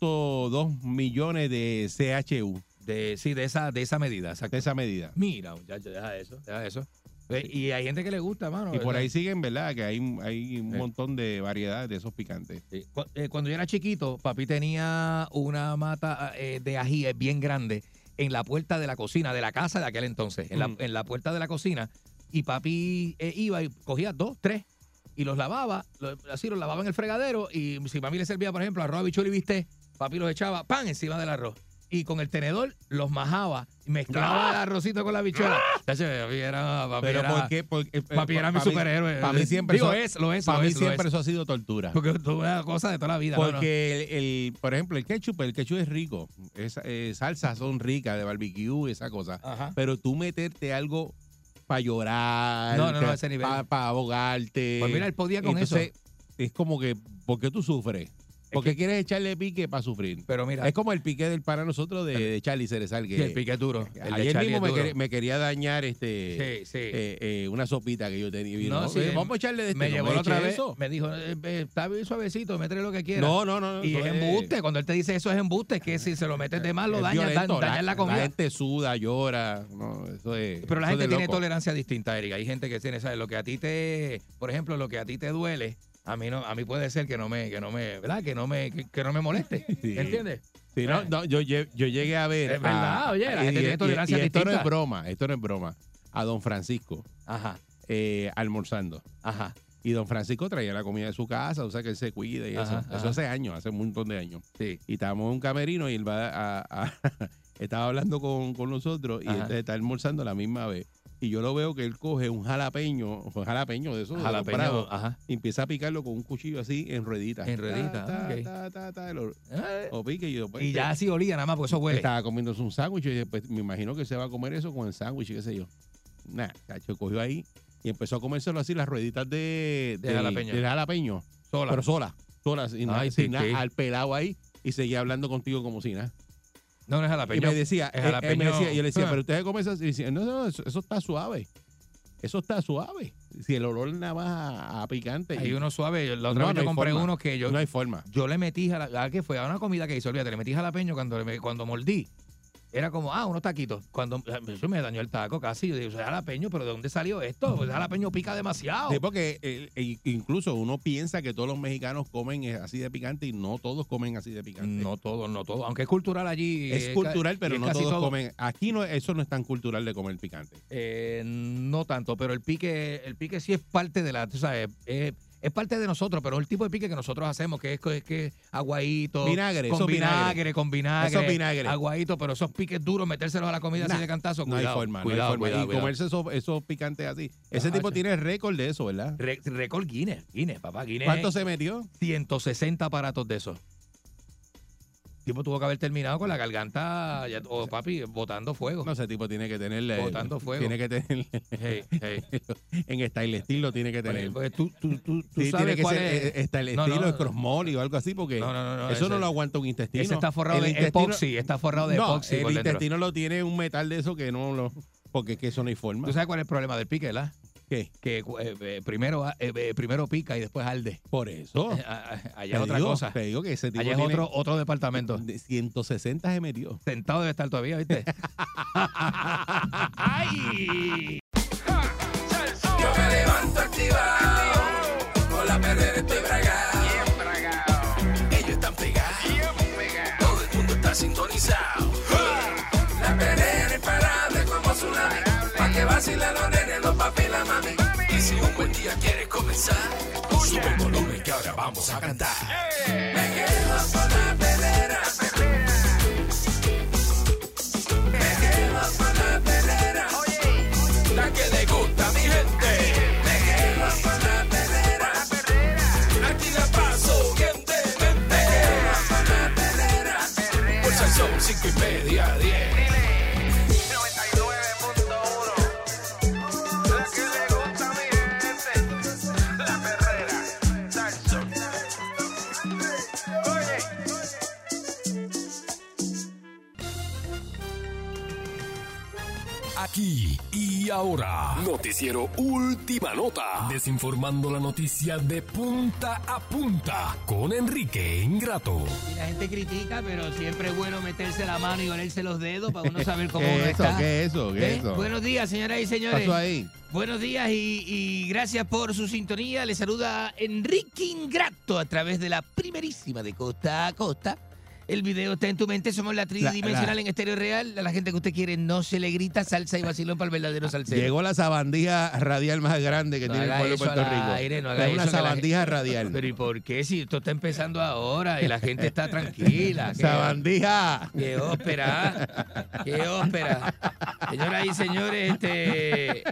Speaker 3: 2.2 millones de CHU.
Speaker 4: De, sí, de esa, de esa medida,
Speaker 3: De esa medida.
Speaker 4: Mira, muchachos, deja eso, deja eso. Ve, Y hay gente que le gusta, mano.
Speaker 3: Y por
Speaker 4: ¿verdad?
Speaker 3: ahí siguen, ¿verdad? Que hay, hay un
Speaker 4: Sí.
Speaker 3: montón de variedades de esos picantes.
Speaker 4: Cu- eh, Cuando yo era chiquito, papi tenía una mata eh, de ají eh, bien grande en la puerta de la cocina, de la casa de aquel entonces, en, la,
Speaker 3: Mm.
Speaker 4: en la puerta de la cocina. Y papi eh, iba y cogía dos, tres, y los lavaba, lo- así los lavaba en el fregadero. Y si mami le servía, por ejemplo, arroz, bichuelo y viste, papi los echaba pan encima del arroz. Y con el tenedor los majaba, y mezclaba el arrocito con la bichuela. Tacho, papi era- papi
Speaker 3: Pero
Speaker 4: era-
Speaker 3: ¿por qué? Porque, eh,
Speaker 4: papi era
Speaker 3: pa-
Speaker 4: mi
Speaker 3: pa' mí-
Speaker 4: superhéroe.
Speaker 3: pa' mí siempre
Speaker 4: Digo,
Speaker 3: eso-
Speaker 4: es, lo es,
Speaker 3: pa'
Speaker 4: lo
Speaker 3: mí
Speaker 4: es, lo
Speaker 3: siempre
Speaker 4: es.
Speaker 3: eso ha sido tortura.
Speaker 4: Porque tú una cosa de toda la vida. no, no.
Speaker 3: Porque el, el- por ejemplo, el ketchup, el ketchup es rico. Esas eh, salsas son ricas de barbecue, esa cosa.
Speaker 4: Ajá.
Speaker 3: Pero tú meterte algo para llorar,
Speaker 4: No, no, no, a ese nivel.
Speaker 3: para abogarte.
Speaker 4: Pues mira, él podía con
Speaker 3: Entonces,
Speaker 4: eso.
Speaker 3: Es como que, ¿por qué tú sufres? Porque quieres echarle pique para sufrir.
Speaker 4: Pero mira.
Speaker 3: Es como el pique del para nosotros de, de Charlie Cerezal. Que
Speaker 4: Sí, el pique es duro. El de
Speaker 3: ayer
Speaker 4: Charlie
Speaker 3: mismo
Speaker 4: es
Speaker 3: me,
Speaker 4: duro.
Speaker 3: quer- me quería dañar este
Speaker 4: Sí, sí.
Speaker 3: eh, eh, una sopita que yo tenía. Y no,
Speaker 4: sí,
Speaker 3: eh, vamos a echarle de este.
Speaker 4: Me
Speaker 3: no
Speaker 4: llevó la otra
Speaker 3: eche
Speaker 4: vez.
Speaker 3: eso.
Speaker 4: Me dijo, eh, eh, está bien suavecito, métele lo que quieras.
Speaker 3: No, no, no, no,
Speaker 4: Y
Speaker 3: eso
Speaker 4: es
Speaker 3: es-
Speaker 4: embuste. Cuando él te dice eso es embuste, es que si se lo metes de más, lo
Speaker 3: Es
Speaker 4: dañas, da-
Speaker 3: violento,
Speaker 4: dañas la, comida.
Speaker 3: La gente suda, llora. No, eso es,
Speaker 4: Pero la
Speaker 3: eso
Speaker 4: gente
Speaker 3: es de
Speaker 4: tiene
Speaker 3: loco.
Speaker 4: tolerancia distinta, Erika. Hay gente que tiene, ¿sabes? Lo que a ti te, por ejemplo, lo que a ti te duele, a mí no, a mí puede ser que no me, que no me, ¿verdad? Que no me, que, que no me moleste.
Speaker 3: Sí.
Speaker 4: ¿Entiendes? Eh.
Speaker 3: Sí, no, no, yo, lle- yo llegué a ver.
Speaker 4: Es verdad,
Speaker 3: a-
Speaker 4: oye, la gente
Speaker 3: Ah, y-
Speaker 4: tiene
Speaker 3: y-
Speaker 4: tolerancia
Speaker 3: y Esto no
Speaker 4: distinta.
Speaker 3: es broma, esto no es broma. A don Francisco.
Speaker 4: Ajá.
Speaker 3: eh, almorzando.
Speaker 4: Ajá.
Speaker 3: Y don Francisco traía la comida de su casa, o sea que él se cuida y eso.
Speaker 4: Ajá,
Speaker 3: eso
Speaker 4: ajá.
Speaker 3: hace años, hace un montón de años.
Speaker 4: Sí.
Speaker 3: Y estábamos en un camerino y él va a, a- estaba hablando con, con nosotros y
Speaker 4: Ajá.
Speaker 3: entonces está almorzando la misma vez. Y yo lo veo que él coge un jalapeño, un jalapeño de esos, de los
Speaker 4: Jalapeño,
Speaker 3: bravos,
Speaker 4: ajá.
Speaker 3: y empieza a picarlo con un cuchillo así en rueditas.
Speaker 4: En rueditas,
Speaker 3: Ta, ta,
Speaker 4: ok.
Speaker 3: ta, ta, ta, lo-
Speaker 4: Eh,
Speaker 3: lo pica y yo, pues,
Speaker 4: Y ya así olía nada más, porque eso huele.
Speaker 3: estaba comiéndose un sándwich y después me imagino que se va a comer eso con el sándwich, y qué sé yo. Nah, cacho, cogió ahí y empezó a comérselo así las rueditas de,
Speaker 4: De
Speaker 3: del-
Speaker 4: jalapeño.
Speaker 3: del jalapeño.
Speaker 4: Sola.
Speaker 3: Pero sola, sola, sin nada,
Speaker 4: Ay,
Speaker 3: sin
Speaker 4: sí,
Speaker 3: nada,
Speaker 4: sí.
Speaker 3: al pelado ahí y seguía hablando contigo como si nada.
Speaker 4: No, no es
Speaker 3: y
Speaker 4: jalapeño.
Speaker 3: me decía,
Speaker 4: es
Speaker 3: eh, eh, me
Speaker 4: jalapeño.
Speaker 3: decía- y yo le decía,
Speaker 4: Ah.
Speaker 3: pero usted se come eso. Y decía, no, no, eso, eso está suave. Eso está suave. Si el olor nada más a, a picante.
Speaker 4: Hay
Speaker 3: Y-
Speaker 4: uno suave. La otra
Speaker 3: No,
Speaker 4: vez yo
Speaker 3: no hay
Speaker 4: compré
Speaker 3: forma.
Speaker 4: uno que yo.
Speaker 3: No hay forma.
Speaker 4: Yo le metí jalapeño. ¿A qué fue? A una comida que hizo, olvídate, le metí jalapeño cuando, le- cuando mordí. Era como, ah, unos taquitos. Cuando eso me dañó el taco casi. Yo digo, jalapeño, pero ¿de dónde salió esto? Pues jalapeño pica demasiado.
Speaker 3: Sí, porque eh, eh, incluso uno piensa que todos los mexicanos comen eh, así de picante y no todos comen así de picante.
Speaker 4: No todo, no todo. Aunque es cultural allí.
Speaker 3: es
Speaker 4: eh,
Speaker 3: cultural,
Speaker 4: ca- y
Speaker 3: pero
Speaker 4: es
Speaker 3: no
Speaker 4: casi
Speaker 3: todos
Speaker 4: todo.
Speaker 3: comen. Aquí no, eso no es tan cultural de comer picante.
Speaker 4: Eh, no tanto, pero el pique, el pique sí es parte de la, tú sabes, es, es parte de nosotros, pero el tipo de pique que nosotros hacemos, que es, co- es que aguadito,
Speaker 3: Vinagre,
Speaker 4: con
Speaker 3: eso es
Speaker 4: vinagre,
Speaker 3: vinagre.
Speaker 4: con vinagre,
Speaker 3: Eso es vinagre.
Speaker 4: aguadito, pero esos piques duros, metérselos a la comida
Speaker 3: Nah,
Speaker 4: así de cantazo,
Speaker 3: no
Speaker 4: cuidado,
Speaker 3: hay forma, no hay
Speaker 4: cuidado,
Speaker 3: forma.
Speaker 4: cuidado,
Speaker 3: y
Speaker 4: cuidado.
Speaker 3: comerse esos, esos picantes así. Ese
Speaker 4: Ah,
Speaker 3: tipo
Speaker 4: sí.
Speaker 3: tiene récord de eso, ¿verdad?
Speaker 4: Re- récord Guinness, Guinness, papá, Guinness.
Speaker 3: ¿Cuánto se metió?
Speaker 4: 160 aparatos de esos. El tipo tuvo que haber terminado con la garganta, ya- o
Speaker 3: Pues,
Speaker 4: papi, botando fuego.
Speaker 3: No, ese tipo tiene que tenerle.
Speaker 4: Botando fuego.
Speaker 3: Tiene que tener.
Speaker 4: Hey, hey.
Speaker 3: en style estilo tiene que tener.
Speaker 4: Pues tú, tú, tú, tú
Speaker 3: Sí,
Speaker 4: sabes
Speaker 3: tiene que
Speaker 4: cuál
Speaker 3: ser
Speaker 4: es.
Speaker 3: eh, style
Speaker 4: No, no,
Speaker 3: estilo, de crossmolly o algo así, porque
Speaker 4: No, no, no, no,
Speaker 3: eso no
Speaker 4: ese-
Speaker 3: lo aguanta un intestino.
Speaker 4: Ese está forrado
Speaker 3: El
Speaker 4: de
Speaker 3: intestino-
Speaker 4: epoxi, está forrado de
Speaker 3: no,
Speaker 4: epoxi
Speaker 3: El
Speaker 4: por dentro.
Speaker 3: intestino lo tiene un metal de eso que no lo. Porque es que eso no hay forma.
Speaker 4: ¿Tú sabes cuál es el problema del pique, verdad?
Speaker 3: ¿Qué?
Speaker 4: Que eh, eh, primero, eh, eh, primero pica y después arde.
Speaker 3: Por eso.
Speaker 4: Eh, ah, ah, Allá es
Speaker 3: Te
Speaker 4: otra
Speaker 3: digo,
Speaker 4: cosa.
Speaker 3: Te digo que ese tipo
Speaker 4: Allá es
Speaker 3: tiene
Speaker 4: otro, otro departamento.
Speaker 3: de 160 se metió.
Speaker 4: Sentado debe estar todavía, ¿viste? ¡Ay!
Speaker 1: Yo me levanto activado, con la perrera estoy bragado. Ellos están pegados. Todo el mundo está sintonizado. La perrera imparable como tsunami. Pa' que vacilan los nenes, los papi y la mami. Y si un buen día quieres comenzar, sube el volumen que ahora vamos a cantar. Me quedo con la Eh. perrera. Me quedo con la perrera. La que le gusta a mi gente. Me quedo con la perrera. Aquí la paso bien demente. Me quedo con la perrera. Por son cinco y media, diez.
Speaker 11: Aquí y ahora, noticiero Última Nota, desinformando la noticia de punta a punta con Enrique Ingrato.
Speaker 4: Y la gente critica, pero siempre es bueno meterse la mano y olerse los dedos para uno saber cómo
Speaker 3: ¿Qué
Speaker 4: uno
Speaker 3: es eso?
Speaker 4: está.
Speaker 3: ¿Qué es eso? ¿Qué es
Speaker 4: ¿Eh?
Speaker 3: eso?
Speaker 4: Buenos días, señoras y señores.
Speaker 3: pasó ahí?
Speaker 4: Buenos días y, y gracias por su sintonía. Les saluda Enrique Ingrato a través de la primerísima de Costa a Costa. El video está en tu mente, somos la tridimensional
Speaker 3: la-
Speaker 4: en estéreo real. A la gente que usted quiere no se le grita salsa y vacilón para el verdadero salsero.
Speaker 3: Llegó la sabandija radial más grande que
Speaker 4: No
Speaker 3: tiene el
Speaker 4: haga
Speaker 3: pueblo de
Speaker 4: eso
Speaker 3: Puerto
Speaker 4: al
Speaker 3: Rico.
Speaker 4: aire, no
Speaker 3: Es
Speaker 4: haga
Speaker 3: una
Speaker 4: eso, que la
Speaker 3: sabandija
Speaker 4: gente-
Speaker 3: radial.
Speaker 4: Pero ¿y por qué? Si esto está empezando ahora y la gente está tranquila. que-
Speaker 3: Sabandija.
Speaker 4: ¡Qué ópera! ¿ah? ¡Qué ópera! Señoras y señores, este.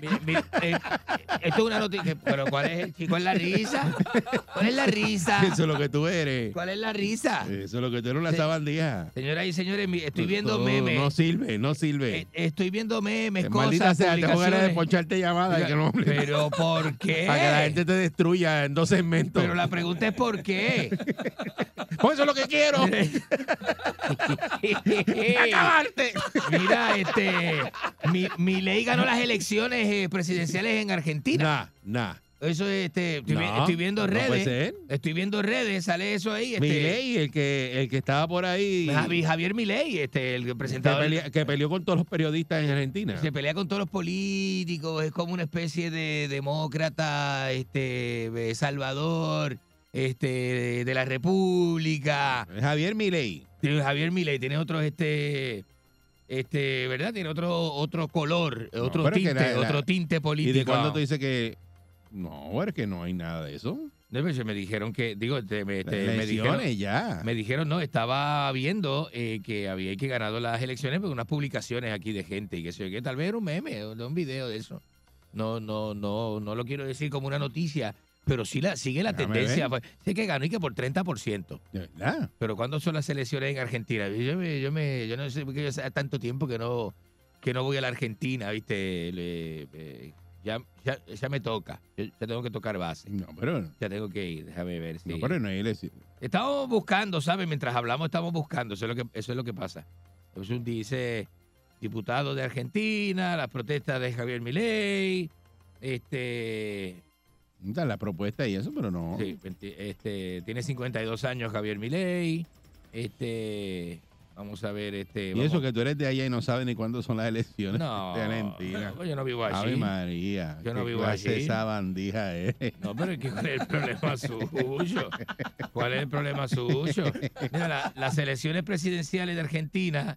Speaker 4: mi- mi- eh, esto es una noticia. ¿Pero cuál es el chico? ¿Es la risa? ¿Cuál es la risa?
Speaker 3: Eso es lo que tú eres.
Speaker 4: ¿Cuál es la risa?
Speaker 3: Eso es lo que tú eres, una sabandija.
Speaker 4: Señoras y señores, mi- estoy viendo
Speaker 3: No,
Speaker 4: memes.
Speaker 3: No sirve, no sirve. Eh,
Speaker 4: Estoy viendo memes, cosas,
Speaker 3: Maldita sea, te voy a ganar de
Speaker 4: publicaciones.
Speaker 3: poncharte llamada. y que no-
Speaker 4: Pero ¿por qué?
Speaker 3: Para que la gente te destruya en dos segmentos.
Speaker 4: Pero la pregunta es ¿por qué?
Speaker 3: Pues eso es lo que quiero.
Speaker 4: ¡Acabarte! Mira, este, mi, ley ganó las elecciones eh, presidenciales en Argentina.
Speaker 3: Nah.
Speaker 4: Eso, este, estoy, vi-
Speaker 3: No,
Speaker 4: estoy viendo
Speaker 3: no puede
Speaker 4: redes.
Speaker 3: ser.
Speaker 4: Estoy viendo redes, sale eso ahí. Este,
Speaker 3: Milei, el que, el que estaba por ahí.
Speaker 4: Javi- Javier Milei, este, el
Speaker 3: que,
Speaker 4: presentador.
Speaker 3: pelea- que peleó con todos los periodistas en Argentina.
Speaker 4: Se pelea con todos los políticos, es como una especie de demócrata, este, eh, salvador, este, de, de la República.
Speaker 3: Javier Milei.
Speaker 4: Tiene- Javier Milei tiene otros, este, este, ¿verdad? Tiene otro, otro color, Eh, otro
Speaker 3: pero que
Speaker 4: tinte,
Speaker 3: la- la-
Speaker 4: otro tinte político.
Speaker 3: ¿Y de cuándo tú dices que.? No, es que no hay nada de eso.
Speaker 4: No, pero se me dijeron que, digo, este, me, este, me
Speaker 3: Las
Speaker 4: dijeron,
Speaker 3: elecciones ya.
Speaker 4: me dijeron, no, estaba viendo eh, que había que ganado las elecciones, pero unas publicaciones aquí de gente y que sé yo qué, tal vez era un meme o de un video de eso. No, no, no, no lo quiero decir como una noticia, pero sí la, sigue la
Speaker 3: Déjame
Speaker 4: tendencia.
Speaker 3: ver.
Speaker 4: Pues, Sé que ganó y que por 30%.
Speaker 3: ¿De verdad?
Speaker 4: Pero ¿cuándo son las elecciones en Argentina? Yo, me- yo, me, yo no sé porque yo hace tanto tiempo que no, que no voy a la Argentina, ¿viste? Le- eh, ya, ya, ya me toca. Yo- ya tengo que tocar base.
Speaker 3: No, pero.
Speaker 4: Ya tengo que ir, déjame ver. si-
Speaker 3: No, pero no hay elecciones.
Speaker 4: Estamos buscando, ¿sabes? Mientras hablamos, estamos buscando. Eso es lo que, eso es lo que pasa. Entonces dice diputado de Argentina, las protestas de Javier Milei, este,
Speaker 3: Está La propuesta y eso, pero no.
Speaker 4: sí, 20, este, tiene 52 años Javier Milei, este, vamos a ver, este,
Speaker 3: Y eso
Speaker 4: vamos-
Speaker 3: que tú eres de allá y no sabes ni cuándo son las elecciones
Speaker 4: No,
Speaker 3: de Argentina.
Speaker 4: no, yo no vivo
Speaker 3: Ave
Speaker 4: allí.
Speaker 3: María.
Speaker 4: Yo no
Speaker 3: qué
Speaker 4: vivo
Speaker 3: clase
Speaker 4: allí.
Speaker 3: Esa bandija es.
Speaker 4: No, pero es que ¿cuál es el problema suyo? ¿Cuál es el problema suyo? Mira, la- las elecciones presidenciales de Argentina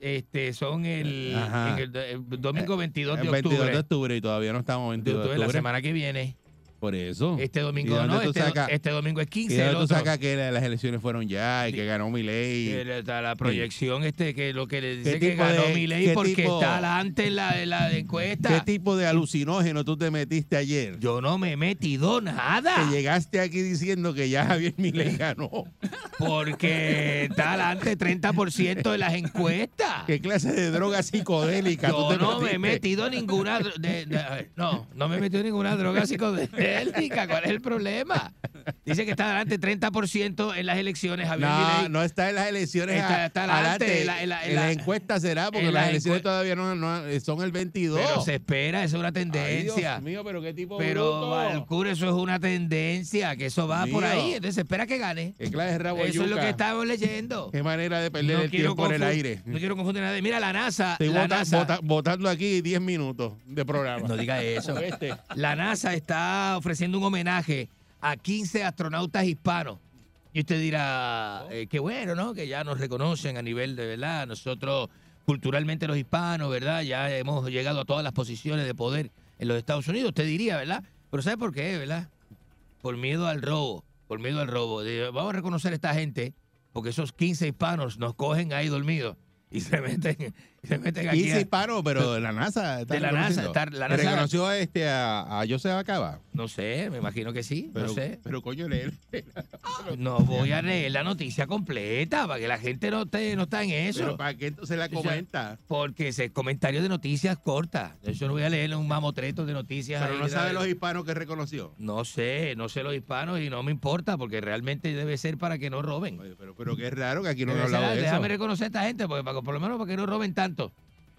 Speaker 4: este, son el,
Speaker 3: Ajá.
Speaker 4: en el do- el domingo 22 de
Speaker 3: El
Speaker 4: octubre.
Speaker 3: 22 de octubre y todavía no estamos 22 de
Speaker 4: Octubre,
Speaker 3: octubre.
Speaker 4: la semana que viene.
Speaker 3: Por eso.
Speaker 4: Este
Speaker 3: ¿Y
Speaker 4: domingo
Speaker 3: dónde
Speaker 4: no,
Speaker 3: tú
Speaker 4: este, do-
Speaker 3: sacas-
Speaker 4: este domingo es
Speaker 3: ¿Y
Speaker 4: 15.
Speaker 3: de
Speaker 4: el
Speaker 3: dónde tú
Speaker 4: otro.
Speaker 3: sacas que la- las elecciones fueron ya y que ganó mi
Speaker 4: Eh,
Speaker 3: ley?
Speaker 4: La, la- la proyección este que lo que le dice que
Speaker 3: tipo
Speaker 4: ganó
Speaker 3: de-
Speaker 4: mi
Speaker 3: qué
Speaker 4: ley porque
Speaker 3: tipo-
Speaker 4: está adelante en la, en la
Speaker 3: ¿Qué
Speaker 4: encuesta.
Speaker 3: tipo de alucinógeno tú te metiste ayer?
Speaker 4: Yo no me he metido nada.
Speaker 3: Que llegaste aquí diciendo que ya Javier Milei ganó.
Speaker 4: Porque está adelante 30% de las encuestas.
Speaker 3: ¿Qué clase de droga psicodélica tú
Speaker 4: Yo
Speaker 3: te
Speaker 4: no me he
Speaker 3: metiste?
Speaker 4: metido ninguna dro- de- de- a ver, no, no me he metido ninguna droga psicodélica. ¿Cuál es el problema? Dice que está adelante 30% en las elecciones. Javier
Speaker 3: No,
Speaker 4: Milei.
Speaker 3: no está en las elecciones.
Speaker 4: Está-
Speaker 3: a-
Speaker 4: está adelante, en la- en la- en
Speaker 3: En las
Speaker 4: la-
Speaker 3: encuestas será, porque
Speaker 4: en
Speaker 3: las
Speaker 4: las
Speaker 3: elecciones
Speaker 4: encue-
Speaker 3: todavía no, no- son el 22.
Speaker 4: Pero se espera, eso es una tendencia.
Speaker 3: Dios mío, pero qué tipo
Speaker 4: Pero,
Speaker 3: bruto.
Speaker 4: Valcour, eso es una tendencia, que eso va por
Speaker 3: Mío.
Speaker 4: ahí. Entonces, espera que gane.
Speaker 3: Qué clase de rabo de
Speaker 4: Eso es lo
Speaker 3: yuca.
Speaker 4: que estamos leyendo.
Speaker 3: Qué manera de perder
Speaker 4: No
Speaker 3: el
Speaker 4: quiero
Speaker 3: tiempo en el
Speaker 4: confu-
Speaker 3: aire.
Speaker 4: No quiero confundir a nadie. Mira, la NASA.
Speaker 3: Estoy
Speaker 4: la
Speaker 3: vota-
Speaker 4: NASA.
Speaker 3: vota- votando aquí 10 minutos de programa.
Speaker 4: No diga eso.
Speaker 3: Oeste.
Speaker 4: La NASA está ofreciendo un homenaje a 15 astronautas hispanos. Y usted dirá, eh, qué bueno, ¿no? Que ya nos reconocen a nivel de verdad. Nosotros, culturalmente los hispanos, ¿verdad? Ya hemos llegado a todas las posiciones de poder en los Estados Unidos. Usted diría, ¿verdad? Pero ¿sabe por qué, verdad? Por miedo al robo. Por miedo al robo. De- Vamos a reconocer a esta gente porque esos 15 hispanos nos cogen ahí dormidos y se meten, se meten este aquí.
Speaker 3: 15
Speaker 4: a-
Speaker 3: hispanos, pero de la NASA. está
Speaker 4: De la NASA,
Speaker 3: reconociendo.
Speaker 4: está- la NASA-
Speaker 3: Reconoció este, a, a Joseph Acaba.
Speaker 4: No sé, me imagino que sí,
Speaker 3: Pero-
Speaker 4: no sé.
Speaker 3: Pero coño, leer.
Speaker 4: No voy a leer la noticia completa para que la gente no, esté- no está en eso.
Speaker 3: Pero ¿para qué entonces la
Speaker 4: O sea,
Speaker 3: comenta?
Speaker 4: porque ese comentario de noticias corta. Yo no voy a leer un mamotreto de noticias.
Speaker 3: Pero
Speaker 4: ahí
Speaker 3: no
Speaker 4: de la-
Speaker 3: sabe los hispanos que reconoció.
Speaker 4: No sé, no sé los hispanos y no me importa porque realmente debe ser para que no roben.
Speaker 3: Pero, pero qué raro que aquí no han
Speaker 4: Debe ser,
Speaker 3: hablado de eso.
Speaker 4: déjame reconocer a esta gente, porque para- por lo menos para que no roben tanto.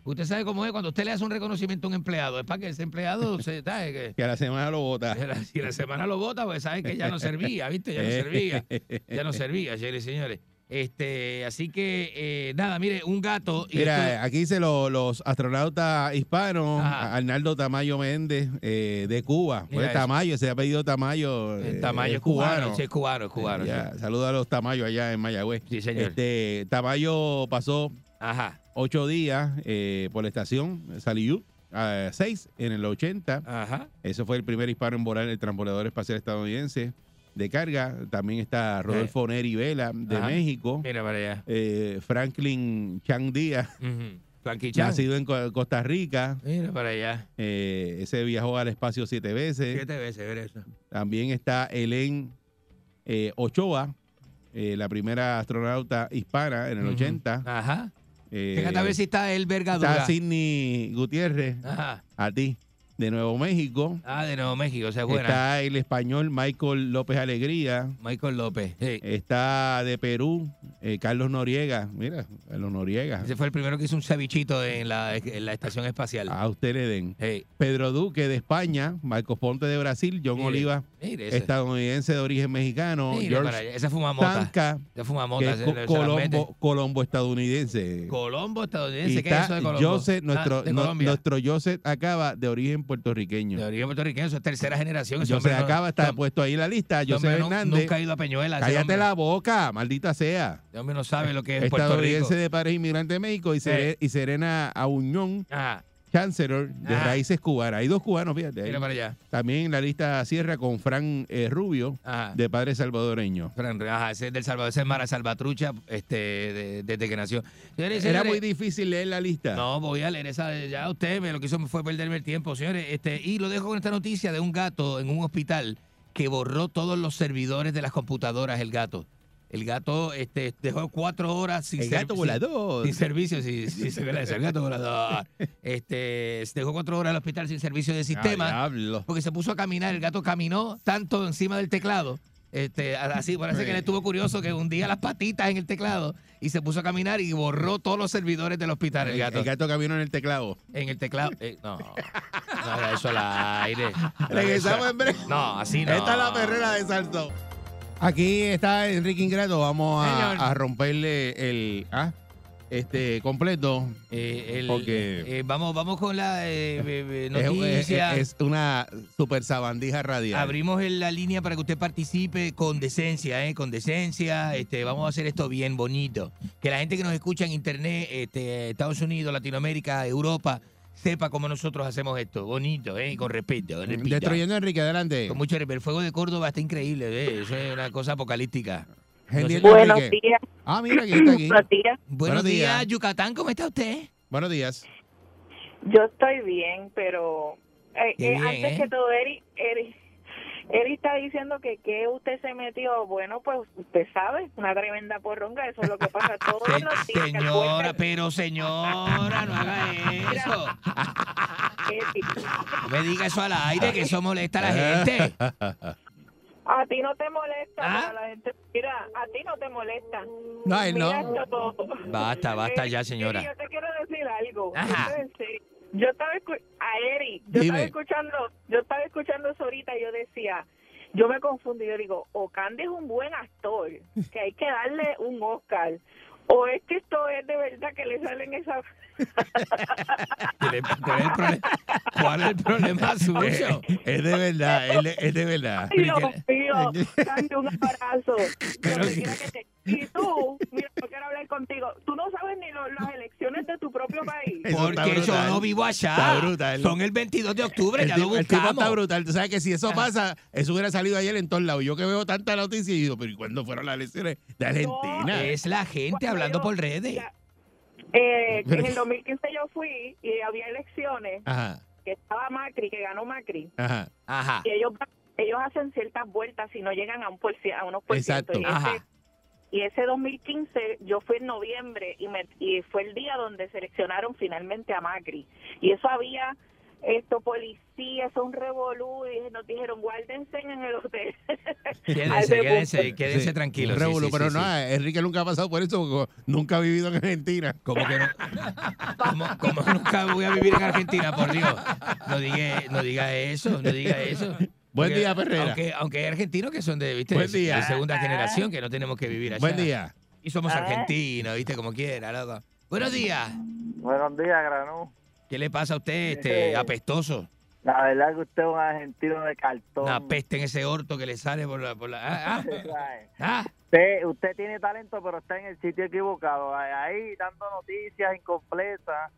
Speaker 4: Usted sabe cómo es cuando usted le hace un reconocimiento a un empleado, es para que ese empleado se, ¿sabe? Que-
Speaker 3: Que a la semana lo vota.
Speaker 4: Si la, si la semana lo vota, pues saben que ya no servía, ¿viste? Ya no servía. Ya no servía, señores y señores. Este, así que, eh, nada, mire, un gato. y
Speaker 3: Mira, eh,
Speaker 4: esto-
Speaker 3: aquí dice lo- los astronautas hispanos, a- Arnaldo Tamayo Méndez, eh, de Cuba. Fue
Speaker 4: Mira eso.
Speaker 3: Tamayo, se ha pedido Tamayo. eh,
Speaker 4: Tamayo
Speaker 3: es
Speaker 4: es cubano. sí, es cubano, es cubano.
Speaker 3: Ya,
Speaker 4: sí.
Speaker 3: Saluda a los Tamayos allá en Mayagüez.
Speaker 4: Sí, señor.
Speaker 3: Este, Tamayo pasó ocho días eh, por la estación Saliyú, a seis en el 80.
Speaker 4: Ajá.
Speaker 3: Eso fue el primer hispano en volar el transbordador espacial estadounidense de carga. También está Rodolfo Neri Vela de
Speaker 4: Eh. Ajá.
Speaker 3: México.
Speaker 4: Mira para allá.
Speaker 3: Eh, Franklin Chang Díaz,
Speaker 4: Ujú. Frankie Chan.
Speaker 3: nacido en Co- Costa Rica.
Speaker 4: Mira para allá.
Speaker 3: Eh, ese viajó al espacio siete veces.
Speaker 4: Siete veces, ver eso.
Speaker 3: También está Helen eh, Ochoa, eh, la primera astronauta hispana en el
Speaker 4: Ujú.
Speaker 3: 80.
Speaker 4: Ajá.
Speaker 3: Eh,
Speaker 4: Fíjate a ver si está el vergadura.
Speaker 3: está Sidney Gutiérrez,
Speaker 4: Ajá.
Speaker 3: a ti, de Nuevo México.
Speaker 4: Ah, de Nuevo México, o sea, es buena.
Speaker 3: Está el español Michael López Alegría.
Speaker 4: Michael López. sí.
Speaker 3: Está de Perú, eh, Carlos Noriega. Mira, Carlos Noriega.
Speaker 4: Ese fue el primero que hizo un cevichito en la, en la estación espacial.
Speaker 3: A Ah, usted le den.
Speaker 4: Sí.
Speaker 3: Pedro Duque de España, Marcos Ponte de Brasil, John
Speaker 4: Mire,
Speaker 3: Oliva,
Speaker 4: mire ese.
Speaker 3: estadounidense de origen mexicano,
Speaker 4: Mire para allá,
Speaker 3: George
Speaker 4: esa fumamota.
Speaker 3: Tanca,
Speaker 4: Esa fumamota,
Speaker 3: que es
Speaker 4: se-
Speaker 3: co-
Speaker 4: se la mete.
Speaker 3: Colombo, Colombo estadounidense.
Speaker 4: Colombo
Speaker 3: Y
Speaker 4: estadounidense, ¿qué es
Speaker 3: está
Speaker 4: eso de Colombo?
Speaker 3: Joseph,
Speaker 4: Ah,
Speaker 3: nuestro,
Speaker 4: de
Speaker 3: no-
Speaker 4: Colombia.
Speaker 3: nuestro Joseph acaba de origen puertorriqueño.
Speaker 4: De origen puertorriqueño, eso es tercera generación. ese
Speaker 3: Joseph
Speaker 4: hombre no-
Speaker 3: acaba, está
Speaker 4: no-
Speaker 3: puesto ahí en la lista.
Speaker 4: ese
Speaker 3: Joseph
Speaker 4: hombre no-
Speaker 3: Hernández.
Speaker 4: Nunca ha ido a Peñuela. ese
Speaker 3: Cállate
Speaker 4: hombre.
Speaker 3: la boca, maldita sea.
Speaker 4: Ese hombre no sabe lo que es Puerto Rico.
Speaker 3: Estadounidense de padres inmigrantes de México y, Sere- y Serena Auñón,
Speaker 4: Ajá.
Speaker 3: Chancellor de
Speaker 4: Ah.
Speaker 3: raíces cubanas. Hay dos cubanos, fíjate. ahí.
Speaker 4: Mira para allá.
Speaker 3: También la lista cierra con Fran eh, Rubio,
Speaker 4: Ajá.
Speaker 3: de padres salvadoreños.
Speaker 4: Fran- Ajá, ese es del Salvador, ese es Mara Salvatrucha este, de- desde que nació. Señores,
Speaker 3: Era
Speaker 4: señores,
Speaker 3: muy difícil leer la lista.
Speaker 4: No, voy a leer esa. Ya usted me lo que hizo fue perderme el tiempo, señores. Este, y lo dejo con esta noticia de un gato en un hospital que borró todos los servidores de las computadoras, el gato. El gato este, dejó cuatro horas sin
Speaker 3: El
Speaker 4: ser-
Speaker 3: gato
Speaker 4: sin-
Speaker 3: volador.
Speaker 4: Sin, servicio, sí, sí, se ve la- el gato volador. Este, se dejó cuatro horas al hospital sin servicio de sistema.
Speaker 3: Ah, diablo.
Speaker 4: porque se puso a caminar, el gato caminó tanto encima del teclado. Este, así, parece que le estuvo curioso que hundía las patitas en el teclado y se puso a caminar y borró todos los servidores del hospital, el gato.
Speaker 3: El gato caminó en el teclado.
Speaker 4: En el teclado. eh, no. No haga eso al aire.
Speaker 3: Regresamos en breve.
Speaker 4: No, así no.
Speaker 3: Esta es la perrera de Salto. Aquí está Enrique Ingrato. Vamos a,
Speaker 4: Señor.
Speaker 3: a romperle el ah, este completo.
Speaker 4: Eh, el-
Speaker 3: porque
Speaker 4: eh, eh, vamos, vamos con la eh, eh, eh,
Speaker 3: es- es,
Speaker 4: noticia.
Speaker 3: es una super sabandija radial.
Speaker 4: Abrimos el- la línea para que usted participe con decencia, ¿eh? con decencia. Este, vamos a hacer esto bien bonito. Que la gente que nos escucha en internet, este, Estados Unidos, Latinoamérica, Europa, sepa cómo nosotros hacemos esto. Bonito, ¿eh? Y con respeto. repita.
Speaker 3: Destruyendo a Enrique, adelante.
Speaker 4: Con mucho respeto. El fuego de Córdoba está increíble, ¿eh? Eso es una cosa apocalíptica.
Speaker 3: Hendiendo a
Speaker 12: Buenos
Speaker 3: Enrique.
Speaker 12: días.
Speaker 3: Ah, mira, que está aquí.
Speaker 12: Buenos días.
Speaker 4: Buenos,
Speaker 3: Buenos
Speaker 4: días,
Speaker 3: días.
Speaker 4: Yucatán, ¿cómo está usted?
Speaker 3: Buenos días.
Speaker 12: Yo estoy bien, pero eh,
Speaker 4: Qué
Speaker 12: eh,
Speaker 4: bien,
Speaker 12: antes
Speaker 4: ¿eh?
Speaker 12: que todo, Eri, Eri, Eri está diciendo que que usted se metió. Bueno, pues usted sabe, una tremenda porronga, eso es lo que pasa todos
Speaker 4: Se-
Speaker 12: los días. que
Speaker 4: señora, pero señora, no haga eso.
Speaker 12: acuerdas, Eri.
Speaker 4: No me diga eso al aire, que eso molesta a la gente.
Speaker 12: A ti no te molesta, pero a la gente, mira, a ti no te molesta.
Speaker 4: ¿Ah? No, ay, no.
Speaker 12: Mira esto todo.
Speaker 4: Basta, basta ya,
Speaker 12: Sí,
Speaker 4: señora.
Speaker 12: yo te quiero decir algo.
Speaker 4: Ajá.
Speaker 12: Esto es en serio. Yo estaba escu- a Eri, yo
Speaker 4: Dime.
Speaker 12: estaba escuchando, yo estaba escuchando eso ahorita y yo decía, yo me confundí, yo digo, o Candy es un buen actor, que hay que darle un Oscar, o es que esto es de verdad que le salen esas
Speaker 4: ¿Cuál es el problema, ¿Cuál es el problema suyo?
Speaker 3: Eh, Es de verdad, es de, es de verdad.
Speaker 12: Ay, Dios mío, dame un abrazo. Donde quiera que te- Y tú, mira, yo quiero hablar contigo. Tú no sabes ni lo- las elecciones de tu propio país.
Speaker 4: Porque yo no vivo allá.
Speaker 3: Está brutal.
Speaker 4: Son el 22 de octubre,
Speaker 3: El
Speaker 4: ya
Speaker 3: tipo-
Speaker 4: lo
Speaker 3: el tipo
Speaker 4: buscamos.
Speaker 3: está brutal. Tú sabes que si eso
Speaker 4: Ah.
Speaker 3: pasa, eso hubiera salido ayer en todos lados. Yo que veo tanta noticia y digo, pero ¿y cuándo fueron las elecciones de Argentina?
Speaker 4: Es la gente hablando por redes.
Speaker 12: Eh, en el 2015 yo fui y había elecciones
Speaker 3: Ajá,
Speaker 12: que estaba Macri, que ganó Macri.
Speaker 3: ajá.
Speaker 4: Ajá.
Speaker 12: Y ellos, ellos hacen ciertas vueltas y no llegan a, un por cien- a unos por ciento.
Speaker 3: Exacto.
Speaker 12: Y este ese, y ese 2015 yo fui en noviembre y, me, y fue el día donde seleccionaron finalmente a Macri. Y eso había esto policía, eso un revolú y nos dijeron guárdense en el hotel.
Speaker 4: Quédense, quédense, quédense
Speaker 3: Sí,
Speaker 4: tranquilos.
Speaker 3: un
Speaker 4: sí,
Speaker 3: revolú,
Speaker 4: sí,
Speaker 3: pero
Speaker 4: sí,
Speaker 3: no,
Speaker 4: sí.
Speaker 3: Enrique nunca ha pasado por eso porque nunca ha vivido en Argentina.
Speaker 4: Como que no? ¿Cómo, cómo nunca voy a vivir en Argentina, por Dios? No diga, no diga eso, no diga eso.
Speaker 3: Buen
Speaker 4: Porque-
Speaker 3: día, Perrera.
Speaker 4: Aunque, aunque hay argentinos que son de, ¿viste?
Speaker 3: Buen
Speaker 4: de-
Speaker 3: día.
Speaker 4: de segunda generación, que no tenemos que vivir allá.
Speaker 3: Buen día.
Speaker 4: Y somos
Speaker 17: Ah.
Speaker 4: argentinos, ¿viste? Como quiera, loco. Buenos días.
Speaker 17: Buenos días, Granú.
Speaker 4: ¿Qué le pasa a usted, este apestoso?
Speaker 17: La verdad es que usted es un argentino de cartón.
Speaker 4: Una peste en ese orto que le sale por la... Por la ah, ah.
Speaker 17: Usted, usted tiene talento, pero está en el sitio equivocado. Ahí dando noticias incompletas.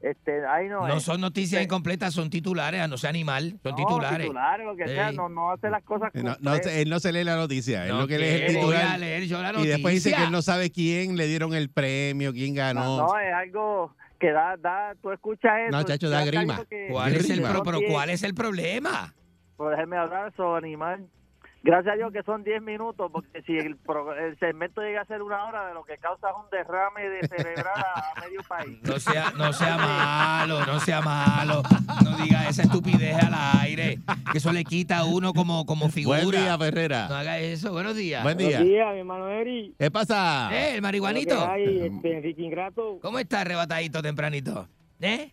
Speaker 17: Este, ahí no,
Speaker 4: No
Speaker 17: es.
Speaker 4: son noticias incompletas, son titulares, a no sea animal, son
Speaker 17: No,
Speaker 4: titulares.
Speaker 17: titulares, lo que sea,
Speaker 4: Sí.
Speaker 17: no, no hace las cosas
Speaker 3: No, no
Speaker 17: completas.
Speaker 3: se- él no se lee la noticia, él
Speaker 4: No
Speaker 3: lo que lee es el
Speaker 4: quiero. Voy a
Speaker 3: titular.
Speaker 4: leer yo la
Speaker 3: Y después dice
Speaker 4: noticia.
Speaker 3: que él no sabe quién le dieron el premio, quién ganó.
Speaker 17: No, es algo que da, da, tú escuchas eso.
Speaker 3: No, chacho, da
Speaker 17: ya es
Speaker 3: grima.
Speaker 17: algo que-
Speaker 4: ¿Cuál es el
Speaker 17: que
Speaker 4: pro-
Speaker 17: son
Speaker 4: pero
Speaker 17: diez.
Speaker 4: cuál es el problema?
Speaker 17: Pues déjeme hablar sobre animal. Gracias a Dios que son 10 minutos, porque si el, pro- el segmento llega a ser una hora, de lo que causa es un derrame de cerebral a, a medio país.
Speaker 4: No sea, no sea malo, no sea malo. No diga esa estupidez al aire. Que eso le quita a uno como, como figura.
Speaker 3: Buen día,
Speaker 4: No
Speaker 3: Ferrera.
Speaker 4: haga eso. Buenos días.
Speaker 3: Buen día.
Speaker 18: Buenos días, mi hermano Eri.
Speaker 3: ¿Qué pasa?
Speaker 4: Eh, el
Speaker 18: Lo
Speaker 4: marihuanito.
Speaker 18: que hay, este, Enrique Ingrato.
Speaker 4: ¿Cómo está arrebatadito tempranito? ¿Eh?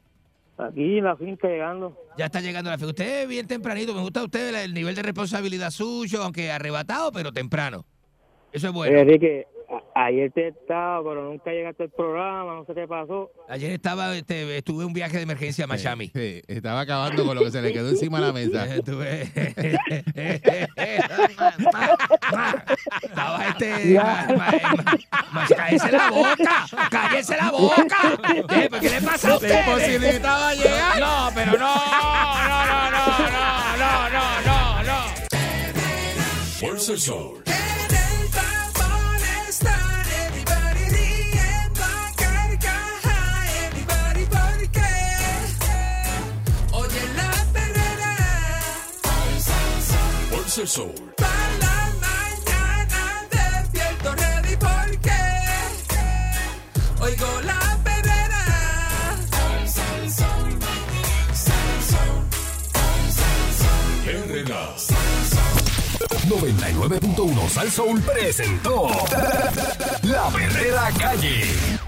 Speaker 18: Aquí en la finca llegando.
Speaker 4: Ya está llegando la fe. Usted es bien tempranito. Me gusta usted la- el nivel de responsabilidad suyo, aunque arrebatado, pero temprano. Eso es
Speaker 18: Eh,
Speaker 4: bueno.
Speaker 18: Enrique, a- ayer
Speaker 4: este,
Speaker 18: te estaba, pero nunca llegaste al programa, no sé qué pasó.
Speaker 4: Ayer estaba, este, estuve en un viaje de emergencia a Miami.
Speaker 3: Sí, estaba acabando con lo que se le quedó encima de la mesa.
Speaker 4: Estaba este. ma- ma- ma- ma- ¡Cállese la boca! ¡Cállese la boca! Eh, ¿pero ¿Qué le pasa a usted?
Speaker 3: imposibilitaba llegar.
Speaker 4: No, pero no, no, no, no, no, no, no, no, no.
Speaker 11: Fuerza el sol.
Speaker 9: Oye la perrera.
Speaker 11: Fuerza el sol.
Speaker 9: Pa' la mañana despierto ready porque oigo la perrera.
Speaker 11: Herrera. 99.1 Sal Soul presentó La Verdadera Calle.